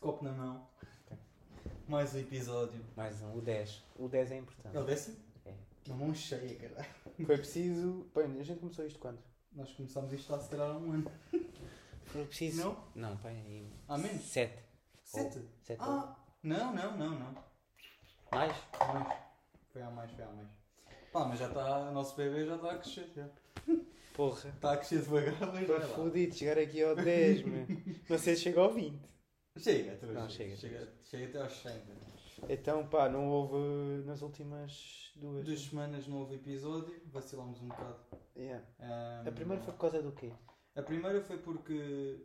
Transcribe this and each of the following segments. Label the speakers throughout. Speaker 1: copo na mão. Mais um episódio.
Speaker 2: Mais um, o 10. O 10 é importante.
Speaker 1: É o décimo?
Speaker 2: É.
Speaker 1: Na mão cheia, cara.
Speaker 2: Foi preciso. Bem, a gente começou isto quando?
Speaker 1: Nós começámos isto há se calhar há um ano.
Speaker 2: Foi preciso.
Speaker 1: Não?
Speaker 2: Não, pai, aí.
Speaker 1: Há menos?
Speaker 2: 7.
Speaker 1: Sete?
Speaker 2: Sete
Speaker 1: Ah! Não, não, não, não.
Speaker 2: Mais?
Speaker 1: Há Mais. Foi há mais, foi há mais. Pá, mas já está. O nosso bebê já está a crescer. Já.
Speaker 2: Porra.
Speaker 1: Está a crescer devagar, mas
Speaker 2: Foi
Speaker 1: vai lá.
Speaker 2: fodido chegar aqui ao 10, meu. Não sei se chegou ao 20.
Speaker 1: Chega, tu.
Speaker 2: Não, chega,
Speaker 1: Chega, chega até aos né? 100.
Speaker 2: Então, pá, não houve nas últimas duas.
Speaker 1: Duas semanas não houve episódio, vacilámos um bocado.
Speaker 2: Yeah.
Speaker 1: Ahm,
Speaker 2: A primeira foi por causa do quê?
Speaker 1: a primeira foi porque.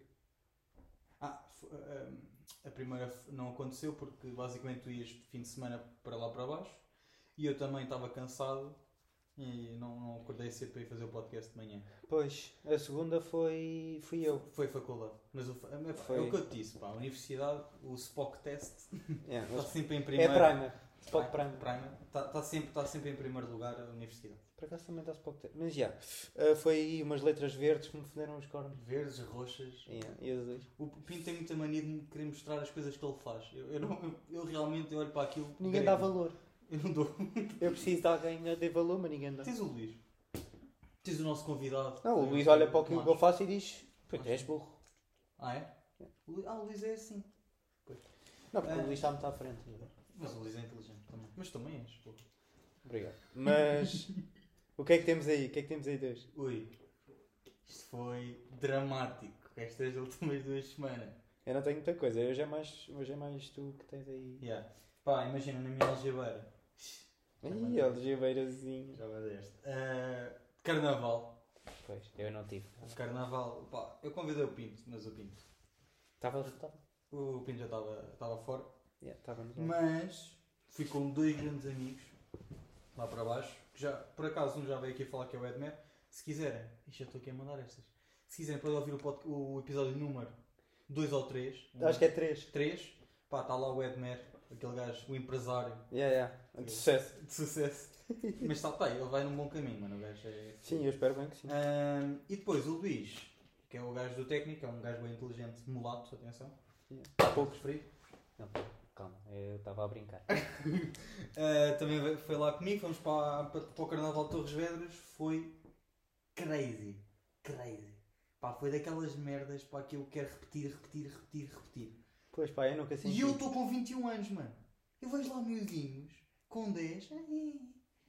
Speaker 1: Ah, f- ahm, a primeira f- não aconteceu porque basicamente tu ias de fim de semana para lá para baixo e eu também estava cansado e não, não acordei cedo para ir fazer o podcast de manhã.
Speaker 2: Pois, a segunda foi. fui eu.
Speaker 1: Foi faculdade. Mas o, fa- é, pá,
Speaker 2: Foi.
Speaker 1: é o que eu te disse, pá. A universidade, o Spock Test,
Speaker 2: Yeah,
Speaker 1: está
Speaker 2: mas-
Speaker 1: sempre em
Speaker 2: É
Speaker 1: primeiro.
Speaker 2: primer. Spot primer.
Speaker 1: Está sempre, tá sempre em primeiro lugar a universidade.
Speaker 2: Por acaso também dá-se pouco tempo. Mas já. ah, foi aí umas letras verdes que me fuderam os cornos.
Speaker 1: Verdes, roxas.
Speaker 2: Yeah, e azuis.
Speaker 1: O Pinto tem muita mania de me querer mostrar as coisas que ele faz. Eu, eu não- eu- eu realmente olho para aquilo.
Speaker 2: Ninguém dá
Speaker 1: grego.
Speaker 2: valor.
Speaker 1: Eu não dou.
Speaker 2: Eu preciso de alguém a dê valor, mas ninguém dá.
Speaker 1: Tens o Luís. Tens o nosso convidado.
Speaker 2: Não, o
Speaker 1: Eu-
Speaker 2: Luís olha para o que
Speaker 1: Tomás.
Speaker 2: eu faço e diz: Pois
Speaker 1: Mas-
Speaker 2: tu és burro.
Speaker 1: Ah, é? O Lu- Ah, o Luís é assim.
Speaker 2: Não, porque
Speaker 1: Ah.
Speaker 2: o Luís está muito à frente. não é?
Speaker 1: Mas o Luís é inteligente também. Mas também és, pô.
Speaker 2: Obrigado. Mas. o que é que temos aí? O que é que temos aí de hoje?
Speaker 1: Ui. Isto foi dramático. Estas últimas duas semanas.
Speaker 2: Eu não tenho muita coisa. Hoje é mais, hoje é mais tu que tens aí.
Speaker 1: Yeah. Pá, imagina na minha algebeira.
Speaker 2: Ih, algebeirazinho.
Speaker 1: Já vai deste. Ah, carnaval.
Speaker 2: Pois, eu não tive.
Speaker 1: Carnaval. Pá, eu convidei o Pinto, mas o Pinto.
Speaker 2: Estava. Estava
Speaker 1: O Pinto já estava- estava fora.
Speaker 2: yeah, estava no.
Speaker 1: Mas fui com dois grandes amigos lá para baixo, que já, por acaso um já veio aqui falar que é o Edmer. Se quiserem, isto eu estou aqui a mandar estas. Se quiserem, podem ouvir o, pod- o episódio número 2 ou 3.
Speaker 2: Acho que é 3.
Speaker 1: 3. Pá, está lá o Edmer, aquele gajo, o empresário
Speaker 2: Yeah, yeah. De sucesso.
Speaker 1: de sucesso. Mas está, tá, ele vai num bom caminho, mano. O gajo é.
Speaker 2: Sim, eu espero bem que sim.
Speaker 1: Ahm, e depois o Luís, que é o gajo do técnico, é um gajo bem inteligente, mulato, atenção.
Speaker 2: Yeah.
Speaker 1: Pouco preferido.
Speaker 2: Não, calma, eu estava a brincar.
Speaker 1: Uh, também ve- foi lá comigo, fomos para, para, para o Carnaval de Torres Vedras, foi crazy, crazy. Pá, foi daquelas merdas pá, que eu quero repetir, repetir, repetir, repetir.
Speaker 2: Pois pá, eu nunca senti.
Speaker 1: E eu estou com 21 anos, mano. Eu vejo lá miudinhos, com 10, ai,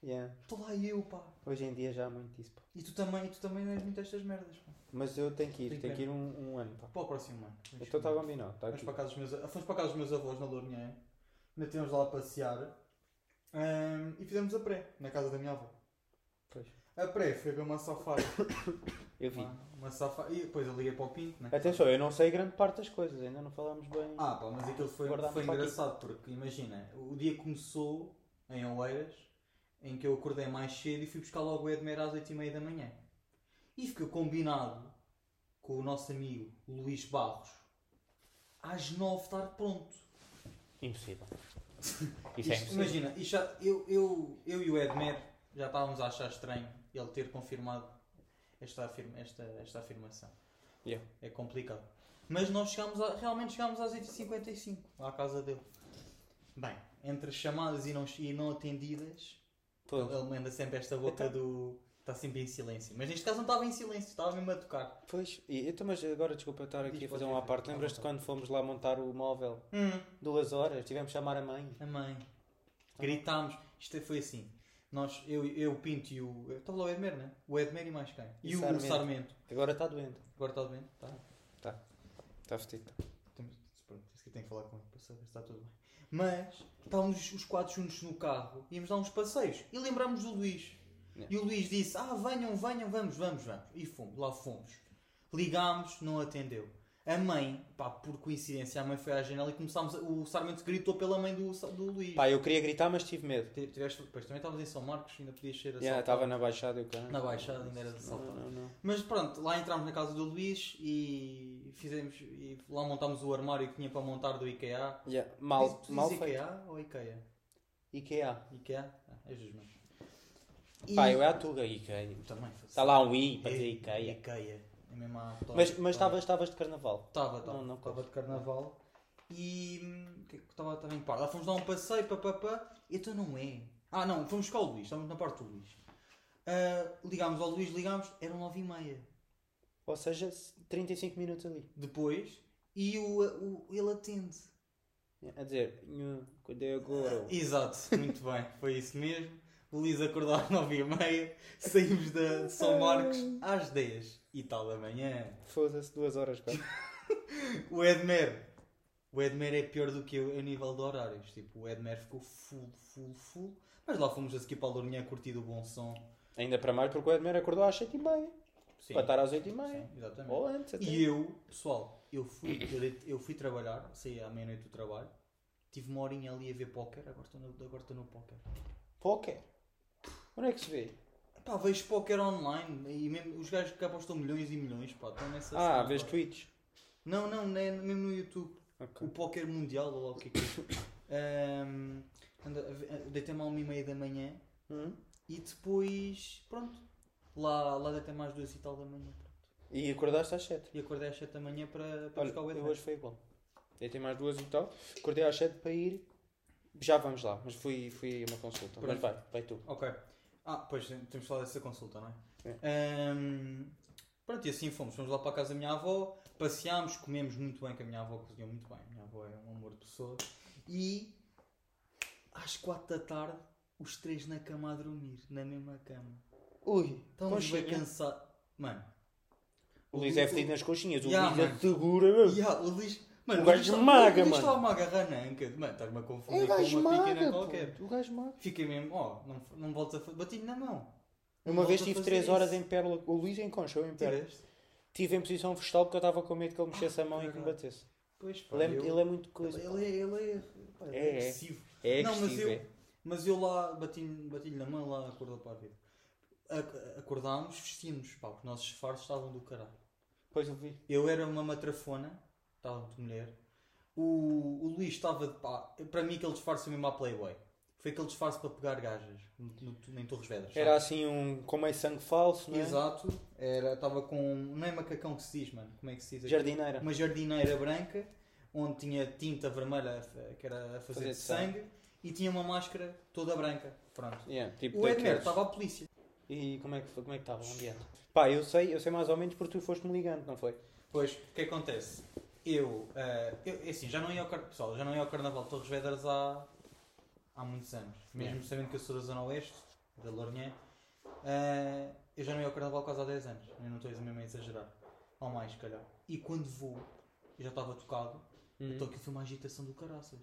Speaker 2: Yeah.
Speaker 1: estou lá eu, pá.
Speaker 2: Hoje em dia já há muito isso, pá.
Speaker 1: E tu também, e tu também não és muito estas merdas, pá.
Speaker 2: Mas eu tenho que ir,
Speaker 1: Tenho
Speaker 2: tenho que ir um, um ano, pá.
Speaker 1: Para o próximo ano.
Speaker 2: Então está combinado, está
Speaker 1: Fomos
Speaker 2: aqui.
Speaker 1: para, casa dos meus, a- fomos para casa dos meus avós na Lourinhã, ainda estivemos lá a passear ahm, e fizemos a pré, na casa da minha avó.
Speaker 2: Pois.
Speaker 1: A pré foi ver uma safari.
Speaker 2: Eu vi.
Speaker 1: Uma, uma safa... E depois eu liguei para o Pinto, né?
Speaker 2: Atenção, eu não sei grande parte das coisas, ainda não falámos bem.
Speaker 1: Ah, pá, mas aquilo foi,
Speaker 2: Guardámos
Speaker 1: foi
Speaker 2: para aqui.
Speaker 1: engraçado, porque imagina, o dia começou em Oeiras, em que eu acordei mais cedo e fui buscar logo o Edmer às 8h30 da manhã. E ficou combinado com o nosso amigo Luís Barros às 9 estar pronto.
Speaker 2: Impossível. Isso é
Speaker 1: Isto,
Speaker 2: impossível.
Speaker 1: imagina, isto já- eu, eu, eu e o Edmer já estávamos a achar estranho ele ter confirmado esta, afirma- esta, esta afirmação.
Speaker 2: Yeah.
Speaker 1: É complicado. Mas nós chegámos a- realmente chegámos às 8h55 lá à casa dele. Bem, entre chamadas e não, e não atendidas,
Speaker 2: Pois. Então.
Speaker 1: ele manda sempre esta boca do. Está sempre em silêncio. Mas neste caso não estava em silêncio, estava mesmo a tocar.
Speaker 2: Pois, e então, mas agora desculpa eu estar aqui
Speaker 1: Diz,
Speaker 2: a
Speaker 1: pode
Speaker 2: fazer uma
Speaker 1: dizer.
Speaker 2: parte.
Speaker 1: Tá
Speaker 2: Lembras-te
Speaker 1: bom,
Speaker 2: quando fomos lá montar o móvel?
Speaker 1: Hum,
Speaker 2: Duas horas, tivemos que chamar a mãe.
Speaker 1: a mãe. Gritámos. Isto foi assim. Nós, eu, eu, o Pinto e o. Estava lá o Edmer, né? O Edmer e mais quem? E,
Speaker 2: E
Speaker 1: o
Speaker 2: Sarmento.
Speaker 1: Sarmento.
Speaker 2: Agora está doente.
Speaker 1: Agora está bem? Tá.
Speaker 2: Está fedido.
Speaker 1: Temos, pronto, isso que tenho que falar com ele para saber se está tudo bem. Mas estávamos os quatro juntos no carro, íamos dar uns passeios e lembrámos do Luís.
Speaker 2: Yeah.
Speaker 1: E o Luís disse: Ah, venham, venham, vamos, vamos, vamos. E fomos, lá fomos. Ligámos, não atendeu. A mãe, pá, por coincidência, a mãe foi à janela e começámos. a- o Sarmento gritou pela mãe do, Sa- do Luís.
Speaker 2: Pá, eu queria gritar, mas tive medo.
Speaker 1: Ti- Tiveste, pois também estávamos em São Marcos, ainda podias ser
Speaker 2: Yeah,
Speaker 1: assaltado.
Speaker 2: Estava na baixada e o cara.
Speaker 1: Na Baixada, ainda era assaltado.
Speaker 2: Não, não, não.
Speaker 1: Mas pronto, lá entramos na casa do Luís e fizemos e lá montámos o armário que tinha para montar do IKEA.
Speaker 2: Yeah, Mal,
Speaker 1: Diz- tu
Speaker 2: mal
Speaker 1: diz
Speaker 2: feito.
Speaker 1: IKEA ou IKEA?
Speaker 2: IKEA.
Speaker 1: IKEA? Ah, é Jesus, mas.
Speaker 2: Pá, eu é a Tuga, IKEA.
Speaker 1: também.
Speaker 2: Está lá um I para
Speaker 1: É,
Speaker 2: dizer IKEA.
Speaker 1: IKEA. É mesmo a
Speaker 2: Mas mas estavas estavas de carnaval.
Speaker 1: Estava,
Speaker 2: Não, não
Speaker 1: estava de carnaval. E. hum, que estava também em parte. Lá fomos dar um passeio, papapá. Então não é. Ah, não, fomos buscar o Luís, estávamos na parte do Luís. Ah, ligámos ao Luís, ligámos, eram 9 e meia.
Speaker 2: Ou seja, 35 minutos ali.
Speaker 1: Depois, e o, o, ele atende.
Speaker 2: A dizer, "Nho, quando é agora?
Speaker 1: Exato, muito bem, foi isso mesmo. O Luís acordou às 9h30, saímos da São Marcos às 10 e tal da manhã.
Speaker 2: Foda-se, duas horas quase.
Speaker 1: O Edmer. O Edmer é pior do que eu a nível de horários. Tipo, o Edmer ficou full, full, full. Mas lá fomos a seguir para a Lourinhã curtir o bom som.
Speaker 2: Ainda para mais porque o Edmer acordou às 7h30.
Speaker 1: Sim.
Speaker 2: Para estar às 8h30.
Speaker 1: Sim, exatamente.
Speaker 2: Ou antes até.
Speaker 1: E eu, pessoal, eu fui, eu, dei- eu fui trabalhar, saí à meia-noite do trabalho, tive uma horinha ali a ver póquer, agora estou no, agora estou no póquer.
Speaker 2: Póquer. Onde é que se vê?
Speaker 1: Pá, vejo póquer online e mesmo os gajos que apostam milhões e milhões, pá, estão nessa.
Speaker 2: Ah,
Speaker 1: cena,
Speaker 2: vês
Speaker 1: pá.
Speaker 2: tweets.
Speaker 1: Não, não, nem- mesmo no YouTube.
Speaker 2: Ok.
Speaker 1: O póquer mundial, ou lá o que é que é. Ahm, anda- Deitei-me à uma e meia da manhã
Speaker 2: Hum?
Speaker 1: e depois, pronto, lá, lá deitei mais duas e tal da manhã. pronto.
Speaker 2: E acordaste às 7.
Speaker 1: E acordei às sete da manhã para, para
Speaker 2: Olha,
Speaker 1: buscar o
Speaker 2: eu
Speaker 1: Edmer.
Speaker 2: hoje foi igual. Deitei mais duas e tal. Acordei às 7 para ir. Já vamos lá, mas fui, fui a uma consulta. Mas
Speaker 1: Pronto.
Speaker 2: vai, vai tu.
Speaker 1: Ok. Ah, pois, temos de falar dessa consulta, não é? Ahm, pronto, e assim fomos. Fomos lá para a casa da minha avó, passeámos, comemos muito bem, que a minha avó cozinhou muito bem. A minha avó é um amor de pessoa. E às quatro da tarde, os três na cama a dormir, na mesma cama.
Speaker 2: Ui,
Speaker 1: Estávamos bem
Speaker 2: conchinha.
Speaker 1: cansados. Mano,
Speaker 2: O Luís é fedido nas conchinhas. O
Speaker 1: Ya,
Speaker 2: Luís é
Speaker 1: mano.
Speaker 2: segura, meu.
Speaker 1: e há o Luís. Mano,
Speaker 2: O um gajo
Speaker 1: Luís-
Speaker 2: maga,
Speaker 1: o Luís
Speaker 2: mano.
Speaker 1: estava a agarrar na anca. Mano, estás-me a
Speaker 2: É
Speaker 1: confundir
Speaker 2: o gajo
Speaker 1: com uma pequena
Speaker 2: magra,
Speaker 1: qualquer.
Speaker 2: pô. O gajo magra.
Speaker 1: Fiquei mesmo, ó, não, não voltes a fazer. Bati-lhe na mão. Não
Speaker 2: Uma vez
Speaker 1: voltes a
Speaker 2: tive
Speaker 1: fazer
Speaker 2: 3 horas
Speaker 1: isso. Tipo-
Speaker 2: em pérola. O Luís em concha, eu em pérola.
Speaker 1: Tiveste?
Speaker 2: Tive em posição vegetal porque eu estava com medo que ele mexesse a mão e que me
Speaker 1: caralho.
Speaker 2: batesse.
Speaker 1: Pois, pá,
Speaker 2: Ele é,
Speaker 1: eu-
Speaker 2: ele é muito coisa. pá.
Speaker 1: Ele é, ele é, pá, ele é
Speaker 2: É, é.
Speaker 1: agressivo.
Speaker 2: É
Speaker 1: Não, mas
Speaker 2: agressivo,
Speaker 1: eu,
Speaker 2: é.
Speaker 1: mas eu lá bati-lhe bati na mão, lá acordou para a vida. Ac- Acordámos, vestimos, pá, os nossos disfarces estavam do caralho.
Speaker 2: Pois eu vi.
Speaker 1: Eu era uma matrafona, estava de mulher. O, o Luís estava de pá, para mim aquele disfarce foi mesmo à Playboy. Foi aquele disfarce para pegar gajas no, no- em Torres Vedras.
Speaker 2: Era
Speaker 1: sabe?
Speaker 2: assim um com meio sangue falso, não é?
Speaker 1: Exato, era, estava com. Não é macacão que se diz, mano, como é que se diz aqui?
Speaker 2: Jardineira.
Speaker 1: uma jardineira branca onde tinha tinta vermelha a fa- que era a fazer
Speaker 2: Fazer
Speaker 1: de sangue e tinha uma máscara toda branca. Pronto.
Speaker 2: Yeah, tipo
Speaker 1: O Edmer
Speaker 2: daqueles.
Speaker 1: estava à polícia.
Speaker 2: E como é que foi- como é que estava o ambiente? Pá, eu sei, eu sei mais ou menos porque tu foste-me ligando, não foi?
Speaker 1: Pois, o que acontece? Eu, ah, eu assim, já não ia ao, car- pessoal, já não ia ao Carnaval de Torres Vedras há, há muitos anos. Mesmo sabendo que eu sou da Zona Oeste, da Lourinhã, ah, eu já não ia ao Carnaval quase há 10 anos. Eu não estou mesmo a exagerar. Ou mais, se calhar. E quando vou, eu já estava tocado, Então aquilo foi uma agitação do caraças.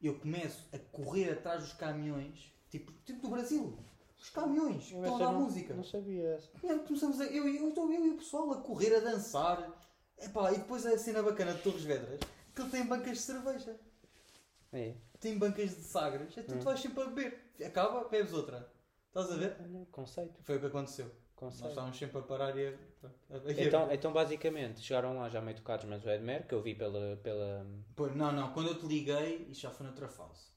Speaker 1: Eu começo a correr atrás dos caminhões, tipo, tipo do Brasil. Os caminhões,
Speaker 2: Eu
Speaker 1: estão a
Speaker 2: essa
Speaker 1: dar
Speaker 2: não-
Speaker 1: música.
Speaker 2: Não sabia essa.
Speaker 1: E aí começamos a, eu, e- eu, estou eu e o pessoal a correr, a dançar. Epá, e depois a cena bacana de Torres Vedras, que ele tem bancas de cerveja,
Speaker 2: É.
Speaker 1: tem bancas de sagres, é tu,
Speaker 2: Hum.
Speaker 1: tu vais sempre a beber. Acaba, bebes outra. Estás a ver?
Speaker 2: Olha, Conceito.
Speaker 1: Foi o que aconteceu. Nós
Speaker 2: Conceito.
Speaker 1: estávamos sempre a parar e a. a, a
Speaker 2: Então, então basicamente chegaram lá já meio tocados, mas o Edmer, que eu vi pela. pela...
Speaker 1: Pô, não, não, quando eu te liguei, isso já foi noutra fase.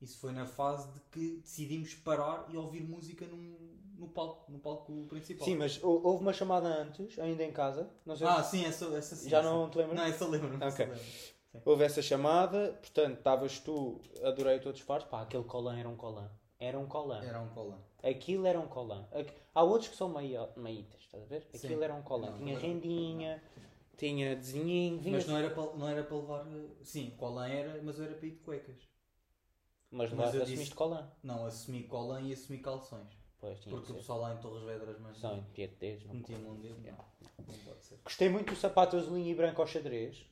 Speaker 1: Isso foi na fase de que decidimos parar e ouvir música num, no palco, no palco principal.
Speaker 2: Sim, mas hou- houve uma chamada antes, ainda em casa. Não sei
Speaker 1: Ah, sim, essa, essa
Speaker 2: se
Speaker 1: sim.
Speaker 2: já
Speaker 1: essa.
Speaker 2: não te lembras?
Speaker 1: Não, é. essa lembro-me. essa
Speaker 2: Ok.
Speaker 1: lembro-me.
Speaker 2: Houve essa chamada, portanto, estavas tu, adorei o teu disfarce. Pá, aquele colan era um colan. Era um colan.
Speaker 1: Era um colan.
Speaker 2: Aquilo era um colan. Aqu- Há outros que são meio- meitas, estás a ver?
Speaker 1: Sim.
Speaker 2: Aquilo era um colan.
Speaker 1: Não,
Speaker 2: Tinha
Speaker 1: não.
Speaker 2: rendinha, tinha desenhinho, vinha.
Speaker 1: Mas não era, para, não era para levar. eh, Sim, colan era, mas eu era para ir de cuecas.
Speaker 2: Mas não
Speaker 1: mas eu
Speaker 2: assumiste
Speaker 1: disse-
Speaker 2: colan.
Speaker 1: Não, assumi colan e assumi calções.
Speaker 2: Pois tinha
Speaker 1: Porque o
Speaker 2: que ser.
Speaker 1: pessoal lá em Torres Vedras, mas.
Speaker 2: São em dia de dedos, não
Speaker 1: Metia-me
Speaker 2: pode.
Speaker 1: um dedo,
Speaker 2: Yeah.
Speaker 1: não. Não pode ser.
Speaker 2: Gostei muito do sapato azulinho e branco ao xadrez.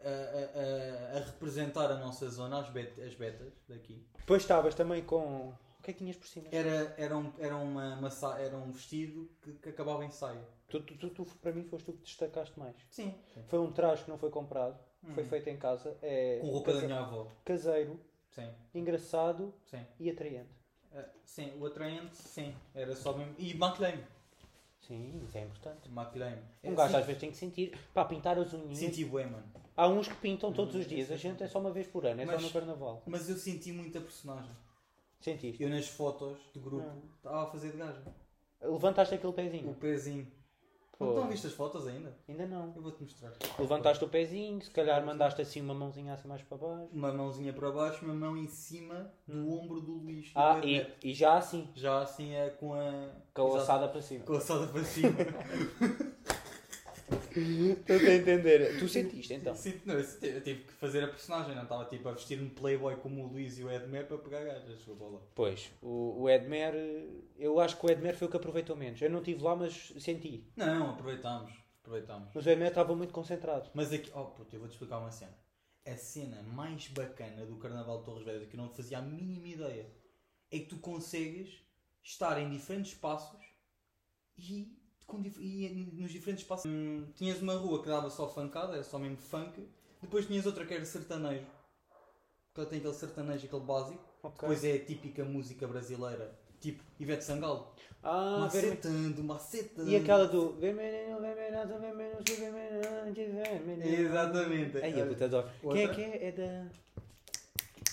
Speaker 1: A, a- a- a representar a nossa zona, as, bet- as betas daqui.
Speaker 2: Depois estavas também com. O que é que tinhas por cima?
Speaker 1: Era, era, um, era, uma, uma sa- era um vestido que, que acabava em saia.
Speaker 2: Tu, tu, tu, tu- para mim, foste tu que destacaste mais.
Speaker 1: Sim.
Speaker 2: Foi um traje que não foi comprado, foi
Speaker 1: Hum.
Speaker 2: feito em casa. É
Speaker 1: Com roupa da
Speaker 2: casa-
Speaker 1: minha avó.
Speaker 2: caseiro,
Speaker 1: Sim,
Speaker 2: engraçado
Speaker 1: sim.
Speaker 2: e atraente.
Speaker 1: Ah, sim, o atraente, sim. Era só mesmo. E maquilhei-me.
Speaker 2: Sim, isso é importante.
Speaker 1: Maquilhei-me.
Speaker 2: Um
Speaker 1: É,
Speaker 2: gajo
Speaker 1: sim.
Speaker 2: às vezes tem que sentir. Pá, pintar as unhas.
Speaker 1: Senti bué, mano.
Speaker 2: Há uns que pintam todos
Speaker 1: Hum,
Speaker 2: os dias,
Speaker 1: isso
Speaker 2: a
Speaker 1: é
Speaker 2: gente é só uma vez por ano, é
Speaker 1: Mas-
Speaker 2: só no carnaval.
Speaker 1: Mas eu senti muito a personagem.
Speaker 2: Sentiste?
Speaker 1: Eu nas fotos de grupo
Speaker 2: Não.
Speaker 1: estava a fazer de gajo.
Speaker 2: Levantaste aquele
Speaker 1: O
Speaker 2: pezinho.
Speaker 1: pezinho.
Speaker 2: Pô.
Speaker 1: Não estão a viste as fotos ainda?
Speaker 2: Ainda não.
Speaker 1: Eu vou-te mostrar.
Speaker 2: Levantaste o pezinho, se calhar mandaste assim uma mãozinha assim mais para baixo.
Speaker 1: Uma mãozinha para baixo, uma mão em cima do ombro do Luís. do
Speaker 2: Ah,
Speaker 1: Ednet.
Speaker 2: e, e já assim,
Speaker 1: Já assim é com a.
Speaker 2: com a
Speaker 1: é. Exato,
Speaker 2: laçada para cima.
Speaker 1: Com a laçada para cima.
Speaker 2: Estou a entender. Tu sentiste então?
Speaker 1: Sim, não, eu tive- eu tive que fazer a personagem, não estava tipo a vestir-me playboy como o Luís e o Edmer para pegar gajas. Chegou bola.
Speaker 2: Pois, o, o Edmer, eh, eu acho que o Edmer foi o que aproveitou menos. Eu não estive lá, mas senti.
Speaker 1: Não, aproveitámos. Aproveitámos.
Speaker 2: Mas o Edmer estava muito concentrado.
Speaker 1: Mas aqui, oh puto, eu vou-te explicar uma cena. A cena mais bacana do Carnaval de Torres Vedras, que eu não fazia a mínima ideia, é que tu consegues estar em diferentes espaços e, com dif- e nos diferentes espaços. Hum, tinhas uma rua que dava só funkada, era só mesmo funk, depois tinhas outra que era sertanejo, que ela tem aquele sertanejo, aquele básico,
Speaker 2: Ok.
Speaker 1: depois é a típica música brasileira, tipo Ivete Sangalo,
Speaker 2: Ah, vermelho.
Speaker 1: macetando, macetando.
Speaker 2: E aquela do vermelhinho, vermelhosa, vermelhoso, vermelhante, vermelho.
Speaker 1: Exatamente.
Speaker 2: Aí eu te adoro.
Speaker 1: Outra?
Speaker 2: Quem é que é? É da.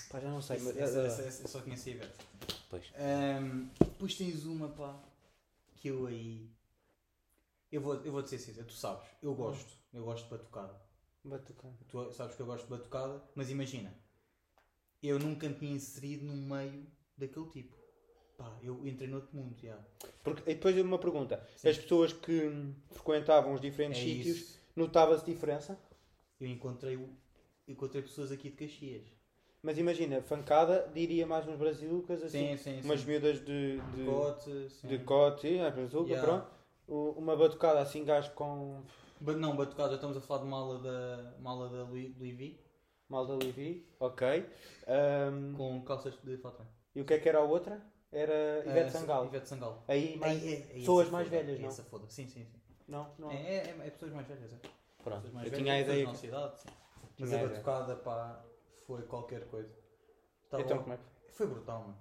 Speaker 2: Pá, já não sei.
Speaker 1: Essa-
Speaker 2: Mas,
Speaker 1: essa-
Speaker 2: é da-
Speaker 1: essa- essa- eu só conheci a Ivete.
Speaker 2: Pois.
Speaker 1: Ahm, depois tens uma, pá, que eu aí. Eu vou, eu vou dizer sincero, tu sabes,
Speaker 2: Hum.
Speaker 1: eu gosto, eu gosto de batucada.
Speaker 2: Batucada.
Speaker 1: Tu sabes que eu gosto de batucada, mas imagina, eu nunca me tinha inserido no meio daquele tipo. Pá, eu entrei noutro mundo, já.
Speaker 2: Porque, e depois uma pergunta. As pessoas que hum, frequentavam os diferentes
Speaker 1: É
Speaker 2: sítios,
Speaker 1: isso.
Speaker 2: notava-se diferença?
Speaker 1: Eu encontrei, o- encontrei pessoas aqui de Caxias.
Speaker 2: Mas imagina, fancada diria mais uns brazucas,
Speaker 1: Sim,
Speaker 2: assim.
Speaker 1: sim, sim.
Speaker 2: Umas miúdas de. de...
Speaker 1: Cote, sim.
Speaker 2: De cote, sim, é brazuca,
Speaker 1: Yeah.
Speaker 2: pronto. O- Uma batucada assim, gajo com
Speaker 1: Ba- Não, batucada, já estamos a falar de mala da, mala da Louis, Louis V,
Speaker 2: malda Levi, ok. Ahm,
Speaker 1: com calças de fatran.
Speaker 2: e o que é que era a outra?
Speaker 1: Eh,
Speaker 2: Era Ivete Sangalo.
Speaker 1: Ivete Sangalo.
Speaker 2: Aí, mais...
Speaker 1: Ai, é- é
Speaker 2: pessoas
Speaker 1: essa
Speaker 2: mais
Speaker 1: foda,
Speaker 2: velhas,
Speaker 1: é
Speaker 2: não?
Speaker 1: Essa foda. Sim, sim, sim.
Speaker 2: Não, não.
Speaker 1: É, é- é pessoas mais velhas, é.
Speaker 2: Pronto,
Speaker 1: Pessoas mais
Speaker 2: eu
Speaker 1: velhas,
Speaker 2: tinha a
Speaker 1: pessoas da
Speaker 2: ideia. que-
Speaker 1: nossa idade, sim. Mas
Speaker 2: Tinha a
Speaker 1: a
Speaker 2: ideia.
Speaker 1: batucada, pá, foi qualquer coisa. Tava-
Speaker 2: Então, como é que foi?
Speaker 1: Foi brutal, mano.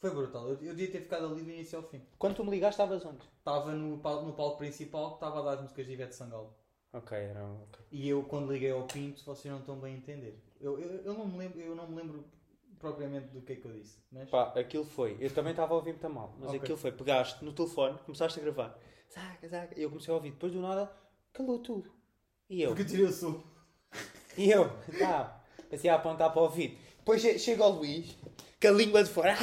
Speaker 1: Foi brutal. Eu, eu devia ter ficado ali do início ao fim.
Speaker 2: Quando tu me ligaste, estavas onde?
Speaker 1: Estava no, pal- no palco principal que estava a dar as músicas de Ivete Sangalo.
Speaker 2: Ok, era um- ok.
Speaker 1: E eu, quando liguei ao Pinto, vocês não estão bem a entender. Eu, eu, eu, não me lembro, eu não me lembro propriamente do que é que eu disse. Mas...
Speaker 2: Pá, aquilo foi. Eu também estava a ouvir muito mal, mas
Speaker 1: Ok.
Speaker 2: aquilo foi. Pegaste no telefone, começaste a gravar. Zaca, zaca. E eu comecei a ouvir. Depois do nada, calou tudo. E eu,
Speaker 1: Porque eu tirei o som.
Speaker 2: e eu, tá. Assim a apontar para o ouvido. Depois che- chega o Luís, com a língua de fora.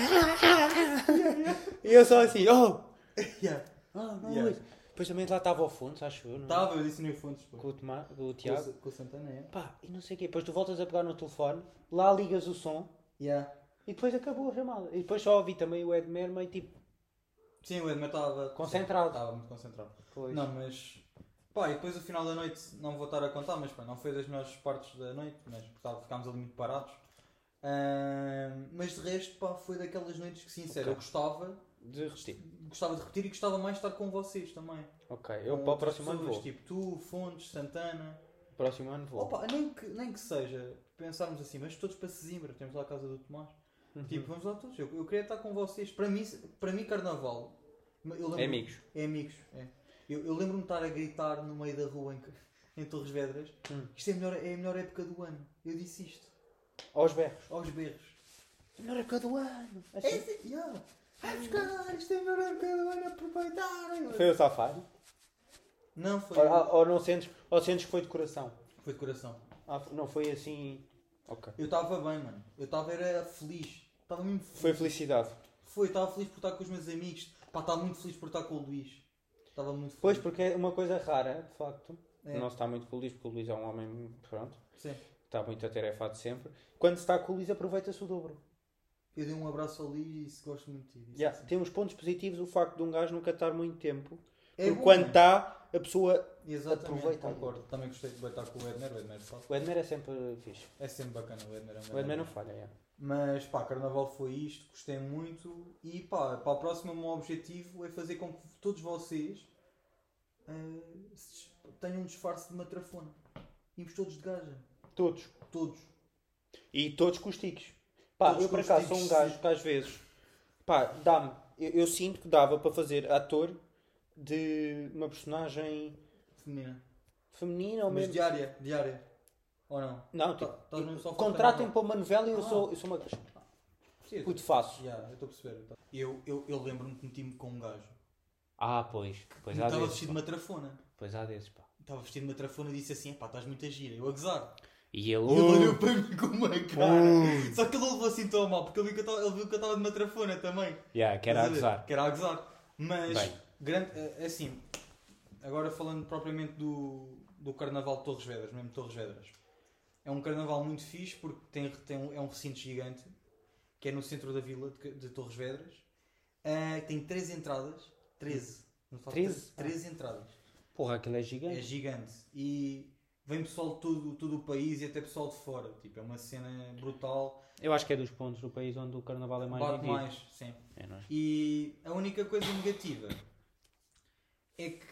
Speaker 2: e eu só assim, oh,
Speaker 1: Yeah.
Speaker 2: oh não,
Speaker 1: Yeah.
Speaker 2: Luís. Depois também lá estava o Afonso, acho eu, não é?
Speaker 1: Estava, eu disse no fundo. pô.
Speaker 2: Com o, Tomá- com o
Speaker 1: Com o
Speaker 2: Tiago.
Speaker 1: Sa- com o Santana, é?
Speaker 2: Pá, e não sei o quê. Depois tu voltas a pegar no telefone, lá ligas o som
Speaker 1: Yeah.
Speaker 2: e depois acabou a chamada. E depois só ouvi também o Edmer meio tipo.
Speaker 1: Sim, o Edmer estava
Speaker 2: Concentrado.
Speaker 1: Estava muito concentrado.
Speaker 2: Pois.
Speaker 1: Não, mas. Pá, e depois o final da noite, não vou estar a contar, mas pá, não foi das melhores partes da noite, mas porque tava- ficámos ali muito parados. Ahm, mas de resto, pá, foi daquelas noites que, sincero,
Speaker 2: Ok.
Speaker 1: eu gostava,
Speaker 2: De resistir.
Speaker 1: gostava de repetir e gostava mais de estar com vocês também.
Speaker 2: Ok, eu
Speaker 1: Com
Speaker 2: para o
Speaker 1: Ah, outras
Speaker 2: próximo ano
Speaker 1: pessoas,
Speaker 2: vou.
Speaker 1: Tipo tu, Fontes, Santana.
Speaker 2: Próximo ano vou.
Speaker 1: Opa, nem que, nem que seja pensarmos assim, mas todos para Sesimbra, temos lá a casa do Tomás.
Speaker 2: Uhum.
Speaker 1: Tipo, vamos lá todos. Eu, eu queria estar com vocês. Para mim, para mim carnaval. eu lembro-
Speaker 2: É amigos.
Speaker 1: É amigos. É. Eu, eu lembro-me de estar a gritar no meio da rua em, que- em Torres Vedras.
Speaker 2: Hum.
Speaker 1: Isto é a, melhor, é a melhor época do ano. Eu disse isto.
Speaker 2: Aos berros.
Speaker 1: Aos berros.
Speaker 2: Melhor época do ano.
Speaker 1: É assim, yeah. Vai buscar, isto é a melhor época do ano, aproveitar.
Speaker 2: Foi o safari?
Speaker 1: Não, foi,
Speaker 2: Ou, ou não sentes, ou sentes que foi de coração?
Speaker 1: foi de coração.
Speaker 2: Ah, não foi assim. Ok.
Speaker 1: Eu estava bem, mano. Eu estava era feliz. Estava mesmo feliz.
Speaker 2: Foi felicidade.
Speaker 1: Foi, estava feliz por estar com os meus amigos. Pá, estava muito feliz por estar com o Luís. Estava muito feliz.
Speaker 2: Pois, porque é uma coisa rara, de facto.
Speaker 1: É.
Speaker 2: Não se está muito com o Luís, porque o Luís é um homem. Pronto.
Speaker 1: Sim.
Speaker 2: Está muito atarefado sempre. Quando se está com o Luís, aproveita-se o dobro.
Speaker 1: Eu dei um abraço ao Luís e disse, gosto muito de ti. Disse
Speaker 2: Já,
Speaker 1: assim.
Speaker 2: Tem uns pontos positivos o facto de um gajo nunca estar muito tempo.
Speaker 1: É
Speaker 2: porque
Speaker 1: bom,
Speaker 2: quando
Speaker 1: mano.
Speaker 2: está, a pessoa.
Speaker 1: Exatamente,
Speaker 2: Aproveita.
Speaker 1: concordo. Também gostei de beitar com o Edner, o Edner faz.
Speaker 2: O Edmer é sempre fixe.
Speaker 1: É sempre bacana, o Edner é um
Speaker 2: O Edmer
Speaker 1: grande
Speaker 2: não
Speaker 1: amigo.
Speaker 2: falha, é.
Speaker 1: Mas pá, carnaval foi isto, gostei muito. E pá, para a próxima, o meu objetivo é fazer com que todos vocês ah, se dis- tenham um disfarce de matrafona. Imos todos de gaja.
Speaker 2: Todos.
Speaker 1: Todos.
Speaker 2: E todos com os tiques. Pá,
Speaker 1: Todos
Speaker 2: eu por
Speaker 1: com os
Speaker 2: acaso sou
Speaker 1: tiques,
Speaker 2: um gajo que às vezes. Pá, dá-me. Eu, eu sinto que dava para fazer ator de uma personagem
Speaker 1: Feminina.
Speaker 2: feminina ou
Speaker 1: Mas
Speaker 2: mesmo.
Speaker 1: diária, diária. Ou não?
Speaker 2: Não,
Speaker 1: Tá-
Speaker 2: tipo.
Speaker 1: tá mesmo só a focar
Speaker 2: contratem
Speaker 1: na-
Speaker 2: para uma novela e eu,
Speaker 1: Ah.
Speaker 2: sou, eu sou uma.
Speaker 1: Sim, eu
Speaker 2: Puto, faço.
Speaker 1: Yeah, eu estou a perceber. Eu, eu, eu lembro-me que meti-me com um gajo
Speaker 2: Ah, pois. Pois há
Speaker 1: Estava
Speaker 2: desses.
Speaker 1: vestido de
Speaker 2: pá.
Speaker 1: matrafona.
Speaker 2: Pois há desses, pá.
Speaker 1: Estava vestido de matrafona e disse assim: pá, estás muito a gira, eu a gozar.
Speaker 2: E ele.
Speaker 1: E ele olhou
Speaker 2: "Uh,
Speaker 1: para mim com uma cara.
Speaker 2: Uh.
Speaker 1: Só que ele levou assim tão mal, porque ele viu que eu tava- ele viu que eu estava de matrafona também.
Speaker 2: yeah, que era
Speaker 1: Estás
Speaker 2: a
Speaker 1: ver?
Speaker 2: gozar.
Speaker 1: Que era a gozar. Mas,
Speaker 2: Bem.
Speaker 1: grande, eh, assim, agora falando propriamente do, do Carnaval de Torres Vedras, mesmo Torres Vedras. É um carnaval muito fixe porque tem, tem um- é um recinto gigante, que é no centro da vila de, de Torres Vedras. Ah, tem três entradas, 13. Não falo
Speaker 2: Treze? Ah.
Speaker 1: 13 entradas.
Speaker 2: Porra, aquilo é
Speaker 1: É
Speaker 2: gigante.
Speaker 1: gigante. E vem pessoal de todo, todo o país e até pessoal de fora. Tipo, é uma cena brutal.
Speaker 2: Eu acho que é dos pontos do país onde o carnaval é mais
Speaker 1: Bate
Speaker 2: vivido.
Speaker 1: mais, sim.
Speaker 2: É, não é?
Speaker 1: E a única coisa negativa é que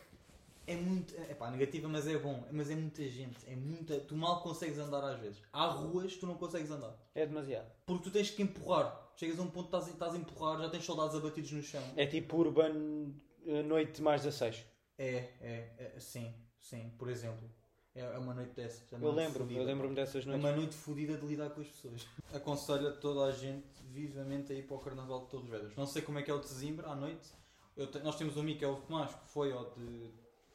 Speaker 1: é muito. É pá, negativa, mas é bom. Mas é muita gente. É muita. Tu mal consegues andar às vezes. Há ruas que tu não consegues andar.
Speaker 2: É demasiado.
Speaker 1: Porque tu tens que empurrar. Chegas a um ponto que estás, estás a empurrar, já tens soldados abatidos no chão.
Speaker 2: É tipo Urban eh, Noite mais 16.
Speaker 1: É, é, é, sim, sim, por exemplo. É, é uma noite dessas. é uma
Speaker 2: Eu
Speaker 1: noite
Speaker 2: lembro,
Speaker 1: fodida.
Speaker 2: eu lembro-me dessas
Speaker 1: É
Speaker 2: noites.
Speaker 1: uma noite fodida de lidar com as pessoas. Aconselho a toda a gente vivamente a ir para o Carnaval de Torres Vedras. Não sei como é que é o de Sesimbra à noite. Eu te- nós temos um amigo que é o Tomás, que foi ao de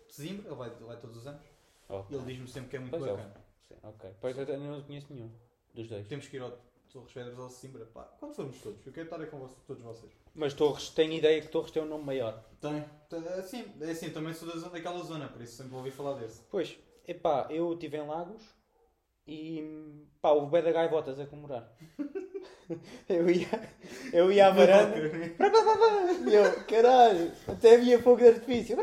Speaker 1: Sesimbra, ele vai, ele vai todos os anos.
Speaker 2: Oh.
Speaker 1: E ele diz-me sempre que é muito
Speaker 2: Pois é.
Speaker 1: bacana.
Speaker 2: Sim, ok. Pois eu te- eu não conheço nenhum dos dois.
Speaker 1: Temos que ir ao Torres Vedras ou ao de Sesimbra. Pá, quando formos todos, eu quero estar aí com vocês, todos vocês.
Speaker 2: Mas Torres, tenho ideia que Torres tem um nome maior.
Speaker 1: Tem, tem- é assim, é assim, também sou da zona- daquela zona, por isso sempre ouvi falar desse.
Speaker 2: Pois, epá, eu estive em Lagos e pá, houve bué da gaivotas a comemorar. eu ia, eu ia à varanda e eu, caralho, até havia fogo de artifício.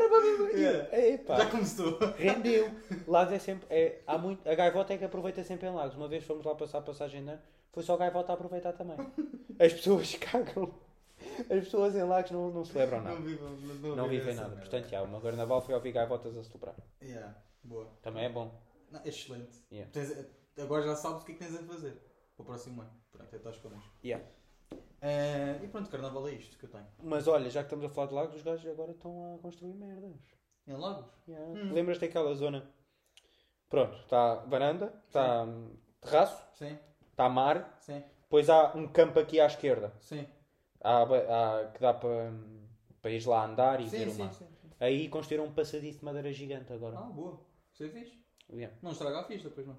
Speaker 2: E eu, epá,
Speaker 1: Já começou.
Speaker 2: rendeu. Lagos é sempre, é, há muito, a gaivota é que aproveita sempre em Lagos. Uma vez fomos lá passar a passagem de ano, foi só a gaivota a aproveitar também. As pessoas cagam, as pessoas em Lagos não, não celebram nada.
Speaker 1: Não vivo, não, não
Speaker 2: Não
Speaker 1: vivo
Speaker 2: vivem
Speaker 1: essa
Speaker 2: nada.
Speaker 1: merda.
Speaker 2: Portanto, já, o meu carnaval foi ouvir gaivotas a celebrar.
Speaker 1: Yeah, boa.
Speaker 2: Também é bom.
Speaker 1: Não, é excelente.
Speaker 2: Yeah.
Speaker 1: Tens- agora já sabes o que é que tens a fazer para o próximo ano. Pronto, é estás connosco.
Speaker 2: Yeah.
Speaker 1: Eh, e pronto, carnaval é isto que eu tenho.
Speaker 2: Mas olha, já que estamos a falar de lagos, os gajos agora estão a construir merdas.
Speaker 1: Em Lagos?
Speaker 2: Yeah.
Speaker 1: Hum.
Speaker 2: Lembras-te daquela zona? Pronto, está varanda, está hum, terraço,
Speaker 1: Sim,
Speaker 2: está mar,
Speaker 1: sim,
Speaker 2: depois há um campo aqui à esquerda.
Speaker 1: sim.
Speaker 2: Há, ba- há- que dá para para ir lá andar e ver
Speaker 1: Sim,
Speaker 2: o mar.
Speaker 1: sim, sim.
Speaker 2: Aí construíram um passadiço de madeira gigante agora.
Speaker 1: Ah, boa. Isso é fixe.
Speaker 2: Yeah.
Speaker 1: Não estraga a ficha, depois não.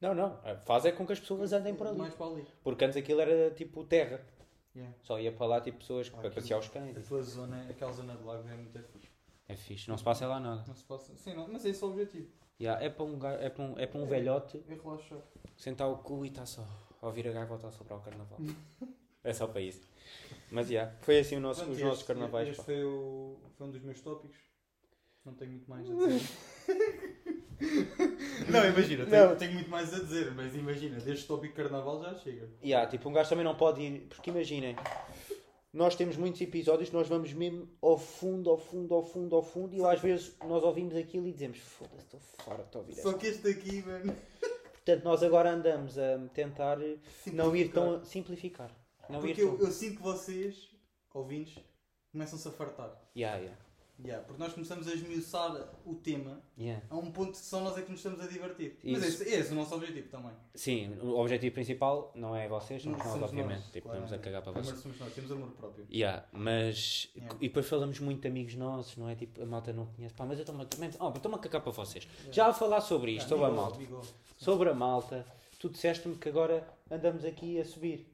Speaker 2: Não, não. a- Faz é com que as pessoas andem por ali.
Speaker 1: Mais para ali.
Speaker 2: Porque antes aquilo era tipo terra.
Speaker 1: Yeah.
Speaker 2: Só ia para lá tipo pessoas para
Speaker 1: aquilo-
Speaker 2: passear os cães.
Speaker 1: Aquela zona, aquela zona de Lagos é muito fixe.
Speaker 2: É fixe, não se passa lá nada.
Speaker 1: Não se passa. Sim, não, mas é esse o objetivo.
Speaker 2: Yeah, é para um, ga- é para um, é para um velhote
Speaker 1: É relaxar.
Speaker 2: sentar o cu e está só a ouvir a gaivota sobre o carnaval. é só para isso. Mas já, foi assim o nosso,
Speaker 1: Pronto,
Speaker 2: os
Speaker 1: este-
Speaker 2: nossos carnavais.
Speaker 1: Este
Speaker 2: pá.
Speaker 1: foi, o- foi um dos meus tópicos. Não tenho muito mais a dizer. não, imagina, tenho,
Speaker 2: Não.
Speaker 1: tenho muito mais a dizer, mas imagina, deste tópico carnaval já chega.
Speaker 2: Yeah, tipo, um gajo também não pode ir, porque imaginem, nós temos muitos episódios que nós vamos mesmo ao fundo, ao fundo, ao fundo, ao fundo, e às vezes nós ouvimos aquilo e dizemos, foda-se, estou fora, estou a ouvir
Speaker 1: Só
Speaker 2: essa.
Speaker 1: que este aqui, mano.
Speaker 2: Portanto, nós agora andamos a tentar não ir tão a simplificar. Não ir
Speaker 1: Porque
Speaker 2: tão...
Speaker 1: eu, eu sinto que vocês, ouvintes, começam-se a fartar.
Speaker 2: Yeah, yeah,
Speaker 1: Yeah, porque nós começamos a esmiuçar o tema
Speaker 2: yeah.
Speaker 1: a um ponto que só nós é que nos estamos a divertir. Mas
Speaker 2: Isso.
Speaker 1: esse, esse é o nosso objetivo também.
Speaker 2: Sim, o objetivo principal não é vocês, somos nós,
Speaker 1: Somos
Speaker 2: obviamente.
Speaker 1: nós,
Speaker 2: tipo,
Speaker 1: claramente.
Speaker 2: estamos a cagar para
Speaker 1: Amor
Speaker 2: vocês.
Speaker 1: somos nós, temos amor próprio.
Speaker 2: Yeah, mas.
Speaker 1: Yeah.
Speaker 2: E depois falamos muito de amigos nossos, não é? Tipo, a malta não conhece. Pá, mas eu estou-me a, também- oh, estou-me a cagar para vocês. Já a falar sobre isto, sobre a
Speaker 1: Bigode,
Speaker 2: malta.
Speaker 1: bigode.
Speaker 2: Sobre a malta, tu disseste-me que agora andamos aqui a subir.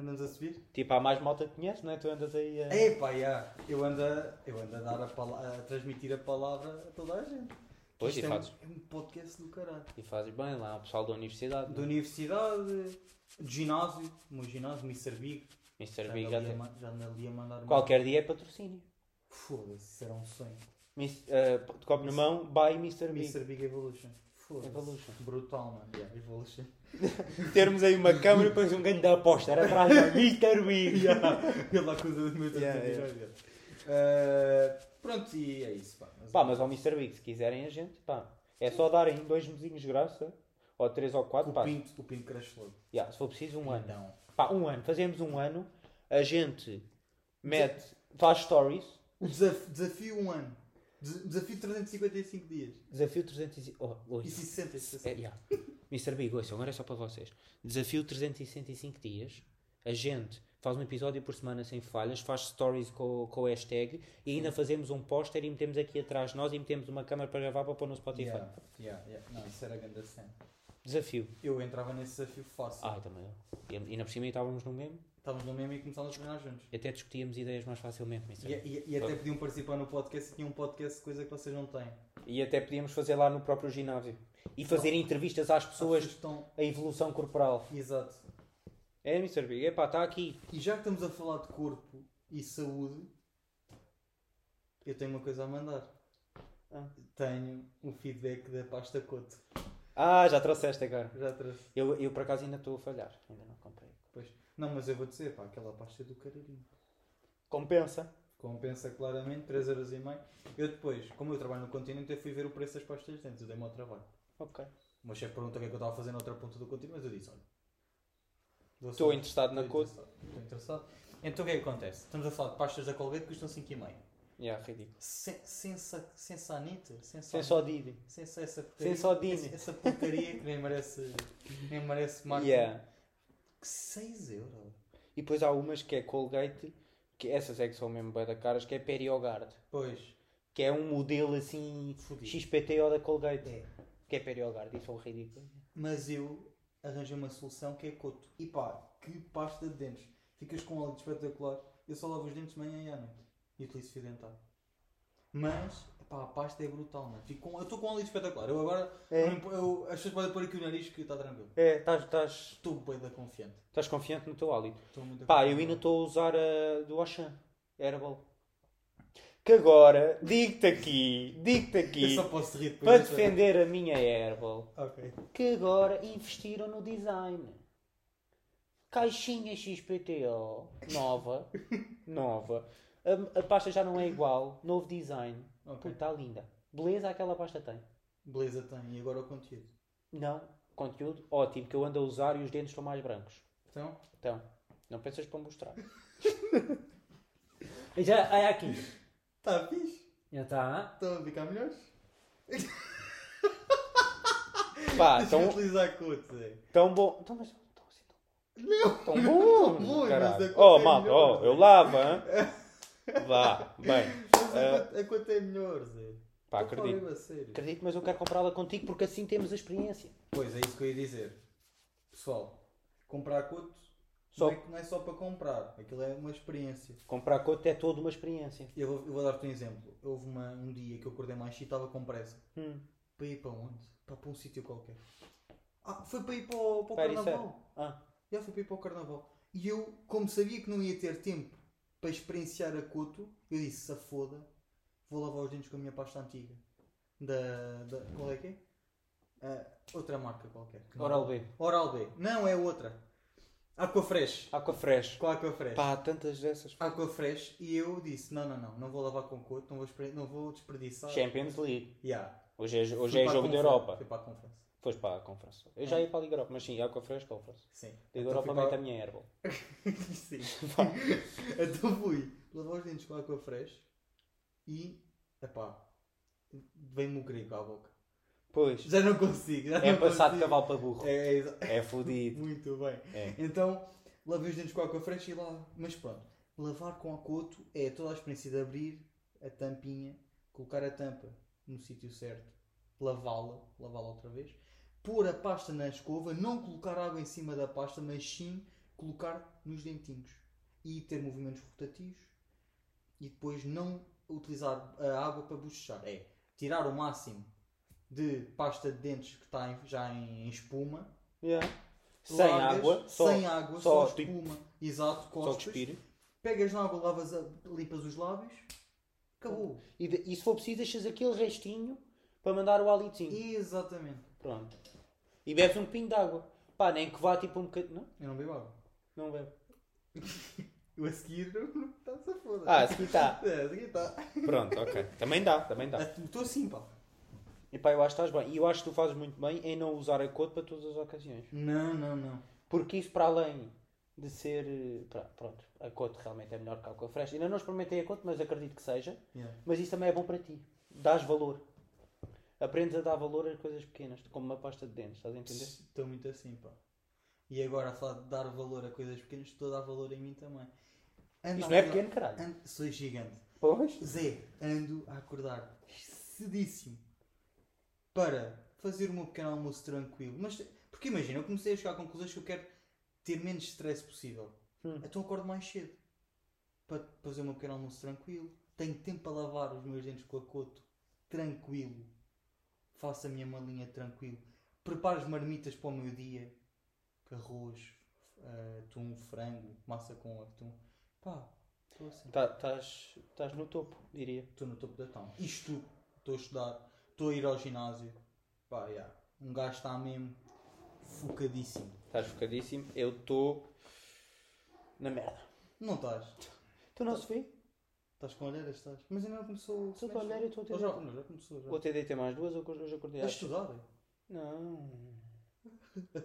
Speaker 1: Andamos a subir?
Speaker 2: Tipo, há mais malta que conhece, não é? Tu andas aí a.
Speaker 1: Epá, já. Eu, ando a, eu ando a dar a, pala- a transmitir a palavra a toda a gente.
Speaker 2: Pois,
Speaker 1: Isto
Speaker 2: e
Speaker 1: é, um,
Speaker 2: fazes.
Speaker 1: é um podcast do caralho.
Speaker 2: E fazes bem lá, o pessoal da universidade. é?
Speaker 1: Da
Speaker 2: Do...
Speaker 1: universidade, de ginásio, o meu ginásio, Mr. Big.
Speaker 2: Mr.
Speaker 1: Já
Speaker 2: Big é
Speaker 1: ando
Speaker 2: já
Speaker 1: ali a
Speaker 2: tem.
Speaker 1: ma- já ando ali a mandar.
Speaker 2: Qualquer dia é patrocínio.
Speaker 1: Foda-se, isso era um sonho.
Speaker 2: Miss, eh, de copo na mão, by Mr. Big.
Speaker 1: Mr. Big Evolution. Foda-se.
Speaker 2: Evolution.
Speaker 1: Brutal, mano. Yeah, Evolution.
Speaker 2: Termos aí uma câmera e depois um ganho da aposta. Era atrás da Mr. Big.
Speaker 1: Ele lá com os meus
Speaker 2: Yeah,
Speaker 1: Pronto, e é isso, pá. Mas-
Speaker 2: Pá, mas ao Mr. Big, se quiserem a gente, pá, é só darem dois mesinhos de graça, ou três ou quatro,
Speaker 1: o Então.
Speaker 2: pá.
Speaker 1: pinto, o pinto cresce logo.
Speaker 2: Yeah, se for preciso, um ano.
Speaker 1: Não.
Speaker 2: Pá, um ano. Fazemos um ano, a gente mete, faz stories,
Speaker 1: O desaf- desafio um ano. Des- Desafio 355 dias.
Speaker 2: desafio 300 e... Oh, oi.
Speaker 1: E 60, 60.
Speaker 2: É, yeah. Mr. Big, ouçam, agora é só para vocês. Desafio 365 dias, a gente Faz um episódio por semana sem falhas, faz stories com, com a hashtag e ainda fazemos um póster e metemos aqui atrás de nós e metemos uma câmera para gravar para pôr no Spotify.
Speaker 1: Yeah, yeah, yeah. Não, isso era grande cena.
Speaker 2: Desafio.
Speaker 1: Eu entrava nesse desafio fácil.
Speaker 2: Ai, também. Ah, eu. E e ainda por cima estávamos no mesmo
Speaker 1: Estávamos no mesmo e começámos a treinar juntos.
Speaker 2: e até discutíamos ideias mais facilmente. nisso.
Speaker 1: E, e- e
Speaker 2: Ah.
Speaker 1: até podiam participar no podcast e tinha um podcast, coisa que vocês não têm.
Speaker 2: E até podíamos fazer lá no próprio ginásio e fazer entrevistas às
Speaker 1: Pessoas
Speaker 2: pessoas,
Speaker 1: estão.
Speaker 2: a evolução corporal.
Speaker 1: Exato.
Speaker 2: É, Mr. Big, epá, está aqui.
Speaker 1: E já que estamos a falar de corpo e saúde, eu tenho uma coisa a mandar.
Speaker 2: Ah.
Speaker 1: Tenho um feedback da pasta Coto.
Speaker 2: Ah, já trouxeste agora.
Speaker 1: Já trouxe.
Speaker 2: Eu, eu por acaso ainda estou a falhar, ainda não comprei.
Speaker 1: Pois. Não, mas eu vou dizer, pá, aquela pasta é do caralhinho.
Speaker 2: Compensa.
Speaker 1: Compensa claramente, 3,5€. Eu depois, como eu trabalho no continente, eu fui ver o preço das pastas de dentes, eu dei-me ao trabalho.
Speaker 2: Ok.
Speaker 1: O meu chefe perguntou o que é que eu estava a fazer na outra ponta do continente, mas eu disse, olha... dou
Speaker 2: Estou
Speaker 1: só-
Speaker 2: interessado na
Speaker 1: estou
Speaker 2: coisa.
Speaker 1: interessado, Estou interessado. Então o que é que acontece? Estamos a falar de pastas da Colgate que custam 5,5€.
Speaker 2: Yeah, ridículo.
Speaker 1: Sen- Sensa, sensanite?
Speaker 2: Sem
Speaker 1: Sensa,
Speaker 2: só Didi.
Speaker 1: sensa, essa
Speaker 2: Sem
Speaker 1: porcaria,
Speaker 2: só Dini.
Speaker 1: essa, essa porcaria que nem merece, nem merece marketing.
Speaker 2: Yeah.
Speaker 1: Que 6 euros?
Speaker 2: E depois há umas que é Colgate, que essas é que são mesmo bem da caras, que é Periogard.
Speaker 1: Pois,
Speaker 2: Que é um modelo assim
Speaker 1: Fudido.
Speaker 2: XPTO da Colgate.
Speaker 1: é.
Speaker 2: Que é Periogard, isso é um ridículo.
Speaker 1: Mas eu arranjei uma solução que é coto. E pá, que pasta de dentes. Ficas com um óleo espetacular. Eu só lavo os dentes de manhã e à noite. E utilizo fio dental. Mas, pá, a pasta é brutal, mano. Fico com- eu estou com um óleo espetacular. Eu agora,
Speaker 2: É.
Speaker 1: não impo- eu- as pessoas podem pôr aqui o nariz que está tranquilo.
Speaker 2: É, estás- estás
Speaker 1: Estou bem da confiante.
Speaker 2: estás confiante no teu hálito.
Speaker 1: Estou muito
Speaker 2: Pá, eu
Speaker 1: confiante.
Speaker 2: ainda estou a usar a do Auchan, Herbal. Que agora, digo-te aqui, digo-te
Speaker 1: Eu
Speaker 2: aqui,
Speaker 1: só posso rir depois.
Speaker 2: para
Speaker 1: desta-
Speaker 2: defender a minha Herbal,
Speaker 1: Ok.
Speaker 2: que agora investiram no design. Caixinha XPTO, nova, nova. A, a pasta já não é igual, novo design.
Speaker 1: Ok.
Speaker 2: Puta, está linda. Beleza aquela pasta tem.
Speaker 1: Beleza, tem. E agora o conteúdo?
Speaker 2: Não, conteúdo ótimo, que eu ando a usar e os dentes estão mais brancos.
Speaker 1: Então,
Speaker 2: Então, não pensas para mostrar. E já, olha aqui.
Speaker 1: está tá fixe.
Speaker 2: Já tá. está.
Speaker 1: Estão a ficar melhores?
Speaker 2: Pá,
Speaker 1: Deixa eu
Speaker 2: tão,
Speaker 1: utilizar coto, Zé.
Speaker 2: tão bom. Então, mas tão assim tão bom.
Speaker 1: não
Speaker 2: Tão
Speaker 1: tão
Speaker 2: bom,
Speaker 1: bom, mas
Speaker 2: caralho.
Speaker 1: é
Speaker 2: Oh,
Speaker 1: qualquer
Speaker 2: malta,
Speaker 1: melhor.
Speaker 2: oh, eu lavo, hein? Vá, bem.
Speaker 1: Mas a coto- a coto é melhor, Zé.
Speaker 2: Ah. Pá,
Speaker 1: Estou a falar
Speaker 2: acredito.
Speaker 1: mesmo a sério.
Speaker 2: Acredito, mas eu quero comprá-la contigo porque assim temos a experiência.
Speaker 1: Pois é isso que eu ia dizer. Pessoal, comprar coto
Speaker 2: Só-
Speaker 1: Não, é, não é só para comprar, aquilo é uma experiência.
Speaker 2: Comprar coto é toda uma experiência.
Speaker 1: Eu vou, eu vou dar-te um exemplo. Houve uma- um dia que eu acordei mais cedo e estava com pressa.
Speaker 2: Hum.
Speaker 1: Para ir para onde? Para, para um sítio qualquer. Ah, foi para ir para o, para o
Speaker 2: Para isso é.
Speaker 1: carnaval.
Speaker 2: Ah,
Speaker 1: Já fui para ir para o carnaval. E eu, como sabia que não ia ter tempo para experienciar a Coto, eu disse: se foda, vou lavar os dentes com a minha pasta antiga. Da. da qual é que é? Ah, outra marca qualquer.
Speaker 2: Oral B.
Speaker 1: Oral B. Não, é outra. Aquafresh.
Speaker 2: Aqua Fresh.
Speaker 1: Com é a Aquafresh.
Speaker 2: Pá, há tantas dessas.
Speaker 1: Aquafresh. E eu disse: não, não, não, não vou lavar com Coto, não vou, expre- não vou desperdiçar.
Speaker 2: Champions League.
Speaker 1: Yeah.
Speaker 2: Hoje é, hoje
Speaker 1: Fui
Speaker 2: é
Speaker 1: para a Hum.
Speaker 2: jogo da
Speaker 1: Confer-
Speaker 2: Europa.
Speaker 1: Fui para a Conference.
Speaker 2: Pois pá, a conferência. Eu já ia para a Liga Europa, mas sim, Aqua Fresh, Conference.
Speaker 1: Sim.
Speaker 2: Liga
Speaker 1: Então
Speaker 2: Europa
Speaker 1: fui para-
Speaker 2: mete a minha Herbal.
Speaker 1: Sim. então fui lavar os dentes com água fresh e. Epá. Vem-me o grego à boca.
Speaker 2: Pois.
Speaker 1: Já não consigo. Já
Speaker 2: É
Speaker 1: não
Speaker 2: passar de
Speaker 1: consigo.
Speaker 2: cavalo para burro.
Speaker 1: É, é exa-
Speaker 2: É fodido.
Speaker 1: muito bem.
Speaker 2: É.
Speaker 1: Então, lavei os dentes com água fresh e lá. Mas pronto, lavar com acoto é toda a experiência de abrir a tampinha, colocar a tampa no sítio certo, lavá-la, lavá-la outra vez, pôr a pasta na escova, não colocar água em cima da pasta, mas sim colocar nos dentinhos e ter movimentos rotativos e depois não utilizar a água para bochechar. É tirar o máximo de pasta de dentes que está em- já em espuma
Speaker 2: Yeah. Sem
Speaker 1: lavas,
Speaker 2: água, só,
Speaker 1: sem água,
Speaker 2: só
Speaker 1: só,
Speaker 2: tipo-
Speaker 1: espuma, exato,
Speaker 2: só
Speaker 1: costas,
Speaker 2: cuspir.
Speaker 1: pegas na água, lavas, a- limpas os lábios, acabou.
Speaker 2: E, de- e se for preciso, deixas aquele restinho para mandar o halitinho.
Speaker 1: Exatamente.
Speaker 2: Pronto. E bebes um pingo de água. Pá, nem que vá tipo um bocadinho. Não,
Speaker 1: Eu não bebo água.
Speaker 2: não bebe.
Speaker 1: Eu a seguir, está-se a foda.
Speaker 2: Ah, tá. assim está.
Speaker 1: É, a seguir está.
Speaker 2: Pronto, ok. Também dá, também dá.
Speaker 1: Estou assim, pá.
Speaker 2: E pá, eu acho que estás bem. E eu acho que tu fazes muito bem em não usar a cor para todas as ocasiões.
Speaker 1: Não, não, não.
Speaker 2: Porque isso para além de ser. eh, pra- Pronto, a cote realmente é melhor que a água fresca. Ainda não experimentei a cote, mas acredito que seja.
Speaker 1: Yeah.
Speaker 2: Mas isso também é bom para ti. Dás valor. Aprendes a dar valor a coisas pequenas, como uma pasta de dentes, estás a entender?
Speaker 1: Estou muito assim, pá. E agora a falar de dar valor a coisas pequenas, estou a dar valor em mim também. Ando
Speaker 2: Isto
Speaker 1: a
Speaker 2: não é
Speaker 1: acordar-
Speaker 2: pequeno, caralho.
Speaker 1: ando- Sou gigante.
Speaker 2: Pois.
Speaker 1: Zé, ando a acordar cedíssimo para fazer o meu pequeno almoço tranquilo. Mas, porque imagina, eu comecei a chegar a conclusões que eu quero ter menos stress possível.
Speaker 2: Hum.
Speaker 1: Então acordo mais cedo para fazer o meu pequeno almoço tranquilo. Tenho tempo para lavar os meus dentes com a coto tranquilo. Faço a minha malinha tranquilo. Preparo as marmitas para o meu dia. Arroz, eh, atum, frango, massa com atum. Pá, estou assim.
Speaker 2: Estás estás Tá, no topo, diria.
Speaker 1: Estou no topo da town. Isto, estou a estudar, estou a ir ao ginásio. Pá, yeah. Um gajo está mesmo focadíssimo.
Speaker 2: Estás focadíssimo. Eu estou na merda.
Speaker 1: Não estás?
Speaker 2: Tu não se vê?
Speaker 1: Estás com olheiras, estás? Mas ainda não começou o
Speaker 2: Se eu estou a olhar,
Speaker 1: semestre.
Speaker 2: eu estou a ter.
Speaker 1: Ou já, não, já começou, já.
Speaker 2: Vou ter de ter mais duas, hoje hoje acordei
Speaker 1: A
Speaker 2: às.
Speaker 1: estudar?
Speaker 2: Não.